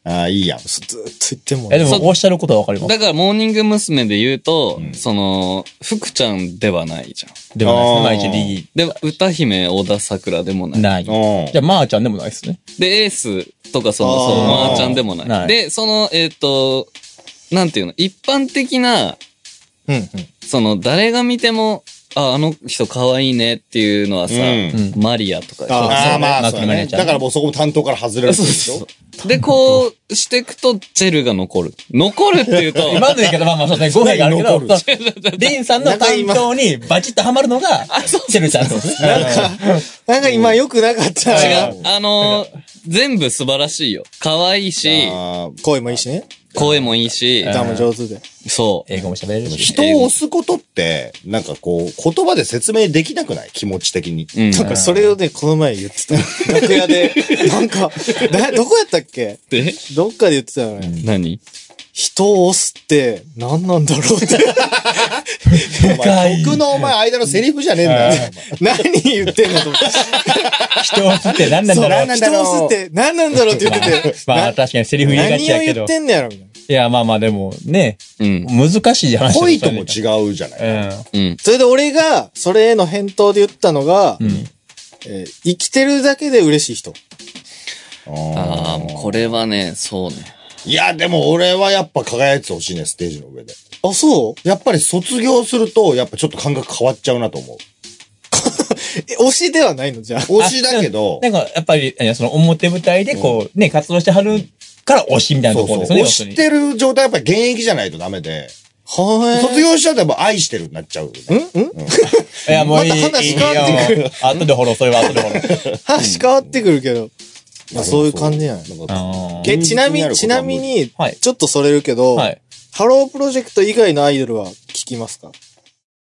Speaker 3: ああ、いいやん。
Speaker 5: ずっと言ってんもん
Speaker 2: え、で
Speaker 5: ね。
Speaker 2: も、おっしゃることはわかります。
Speaker 4: だからモーニング娘。で言うと、
Speaker 3: うん
Speaker 4: その、福ちゃんではないじゃん。
Speaker 2: でもないですね。
Speaker 3: あー
Speaker 2: まあ、一リ
Speaker 4: で、歌姫、小田桜でもな
Speaker 2: ー
Speaker 4: い。
Speaker 2: ない。じ
Speaker 3: う
Speaker 2: ゃあ、まーちゃんでもないですね。
Speaker 4: で、エースとかそ
Speaker 5: あ
Speaker 4: の、
Speaker 5: ー
Speaker 4: その、まーちゃんでもない。
Speaker 2: ない
Speaker 4: で、その、えっ、と、なんていうの、一般的な、
Speaker 5: うんうん。
Speaker 4: その、誰が見ても、あ、あの人可愛いねっていうのはさ、
Speaker 3: うん
Speaker 4: マリアとかでしょ
Speaker 5: あー
Speaker 3: ああ、まあ、
Speaker 2: 夏
Speaker 3: そう
Speaker 2: にな
Speaker 3: ね。
Speaker 2: れちゃう
Speaker 3: だからもうそこも担当から外れるんで
Speaker 4: そう
Speaker 3: し
Speaker 4: そう
Speaker 3: ょ
Speaker 4: そ。う。で、こうしていくと、ジェルが残る。残るっていうと、
Speaker 2: 今の言い方、まあまあそうですね、語弊があるけど、
Speaker 3: 残
Speaker 2: そうリンさんの担当にバチッとハマるのが、チェルちゃんです。
Speaker 5: なんか今良くなかった。
Speaker 4: 違う。あのー全部素晴らしいよ。可愛いし、
Speaker 3: あー
Speaker 5: 声もいいしね。
Speaker 4: 声もいいし、
Speaker 5: 歌も上手で。
Speaker 4: そう。
Speaker 2: 英語も喋れるし。
Speaker 3: 人を押すことって、なんかこう、言葉で説明できなくない気持ち的に。
Speaker 4: うん。
Speaker 5: なんかそれをね、この前言ってた。楽屋 で。なんか、だどこやったっけ
Speaker 4: で、
Speaker 5: どっかで言ってたよね。
Speaker 4: 何
Speaker 5: 人を押すって何なんだろ うって。
Speaker 3: お前僕のお前間のセリフじゃねえんだよ。
Speaker 5: 何言ってんのと思って。
Speaker 2: 人を吸って 何なん
Speaker 5: そう、
Speaker 2: だろう。
Speaker 5: 人を押すって何なんだろうって言ってて。
Speaker 2: ま
Speaker 5: な
Speaker 2: あ確かにセリフ言いがち
Speaker 5: 何を
Speaker 2: やけ
Speaker 5: 言
Speaker 2: ど
Speaker 5: っ。てんのやろみたいな。
Speaker 2: いや、まあまあでもね、
Speaker 4: うん。
Speaker 2: 難しい話。
Speaker 3: 恋とも違うじゃない。
Speaker 2: う
Speaker 4: うん。
Speaker 5: それで俺が、それへの返答で言ったの
Speaker 2: ん。
Speaker 5: が、
Speaker 2: うん。
Speaker 5: えー生きてるだけで嬉しい人。
Speaker 4: ああ、もうこれはね、そうね。
Speaker 3: いや、でも俺はやっぱ輝いてほしいね、ステージの上で。
Speaker 5: あ、そう
Speaker 3: やっぱり卒業すると、やっぱちょっと感覚変わっちゃうなと思う。
Speaker 5: え、推しではないのじゃあ。
Speaker 3: 推しだけど、
Speaker 2: なんか、やっぱり、えその表舞台でこう、ね、活動してはるから推しみたいな
Speaker 3: そ
Speaker 2: と
Speaker 3: う
Speaker 2: こ
Speaker 3: そう
Speaker 2: ろ。ですね。
Speaker 3: 推してる状態はやっぱり現役じゃないとダメで、
Speaker 5: は
Speaker 3: 卒業しちゃうとやっぱ愛してるになっちゃうよね、
Speaker 5: んん
Speaker 2: いや、もういい。
Speaker 5: また話変わって
Speaker 2: いいよ。後で掘ろう、それは後で掘ろう。
Speaker 5: 話変わってくるけど。まあそういう感じやん。
Speaker 3: なんか
Speaker 2: あ
Speaker 5: え、
Speaker 3: 現実
Speaker 5: ちな
Speaker 3: に
Speaker 5: み
Speaker 3: なる
Speaker 5: に、
Speaker 3: ことは
Speaker 5: ちなみに
Speaker 2: はい、
Speaker 5: ちょっとそれるけど、
Speaker 2: ーはい。
Speaker 5: ハロープロジェクト以外のアイドルは聞きますか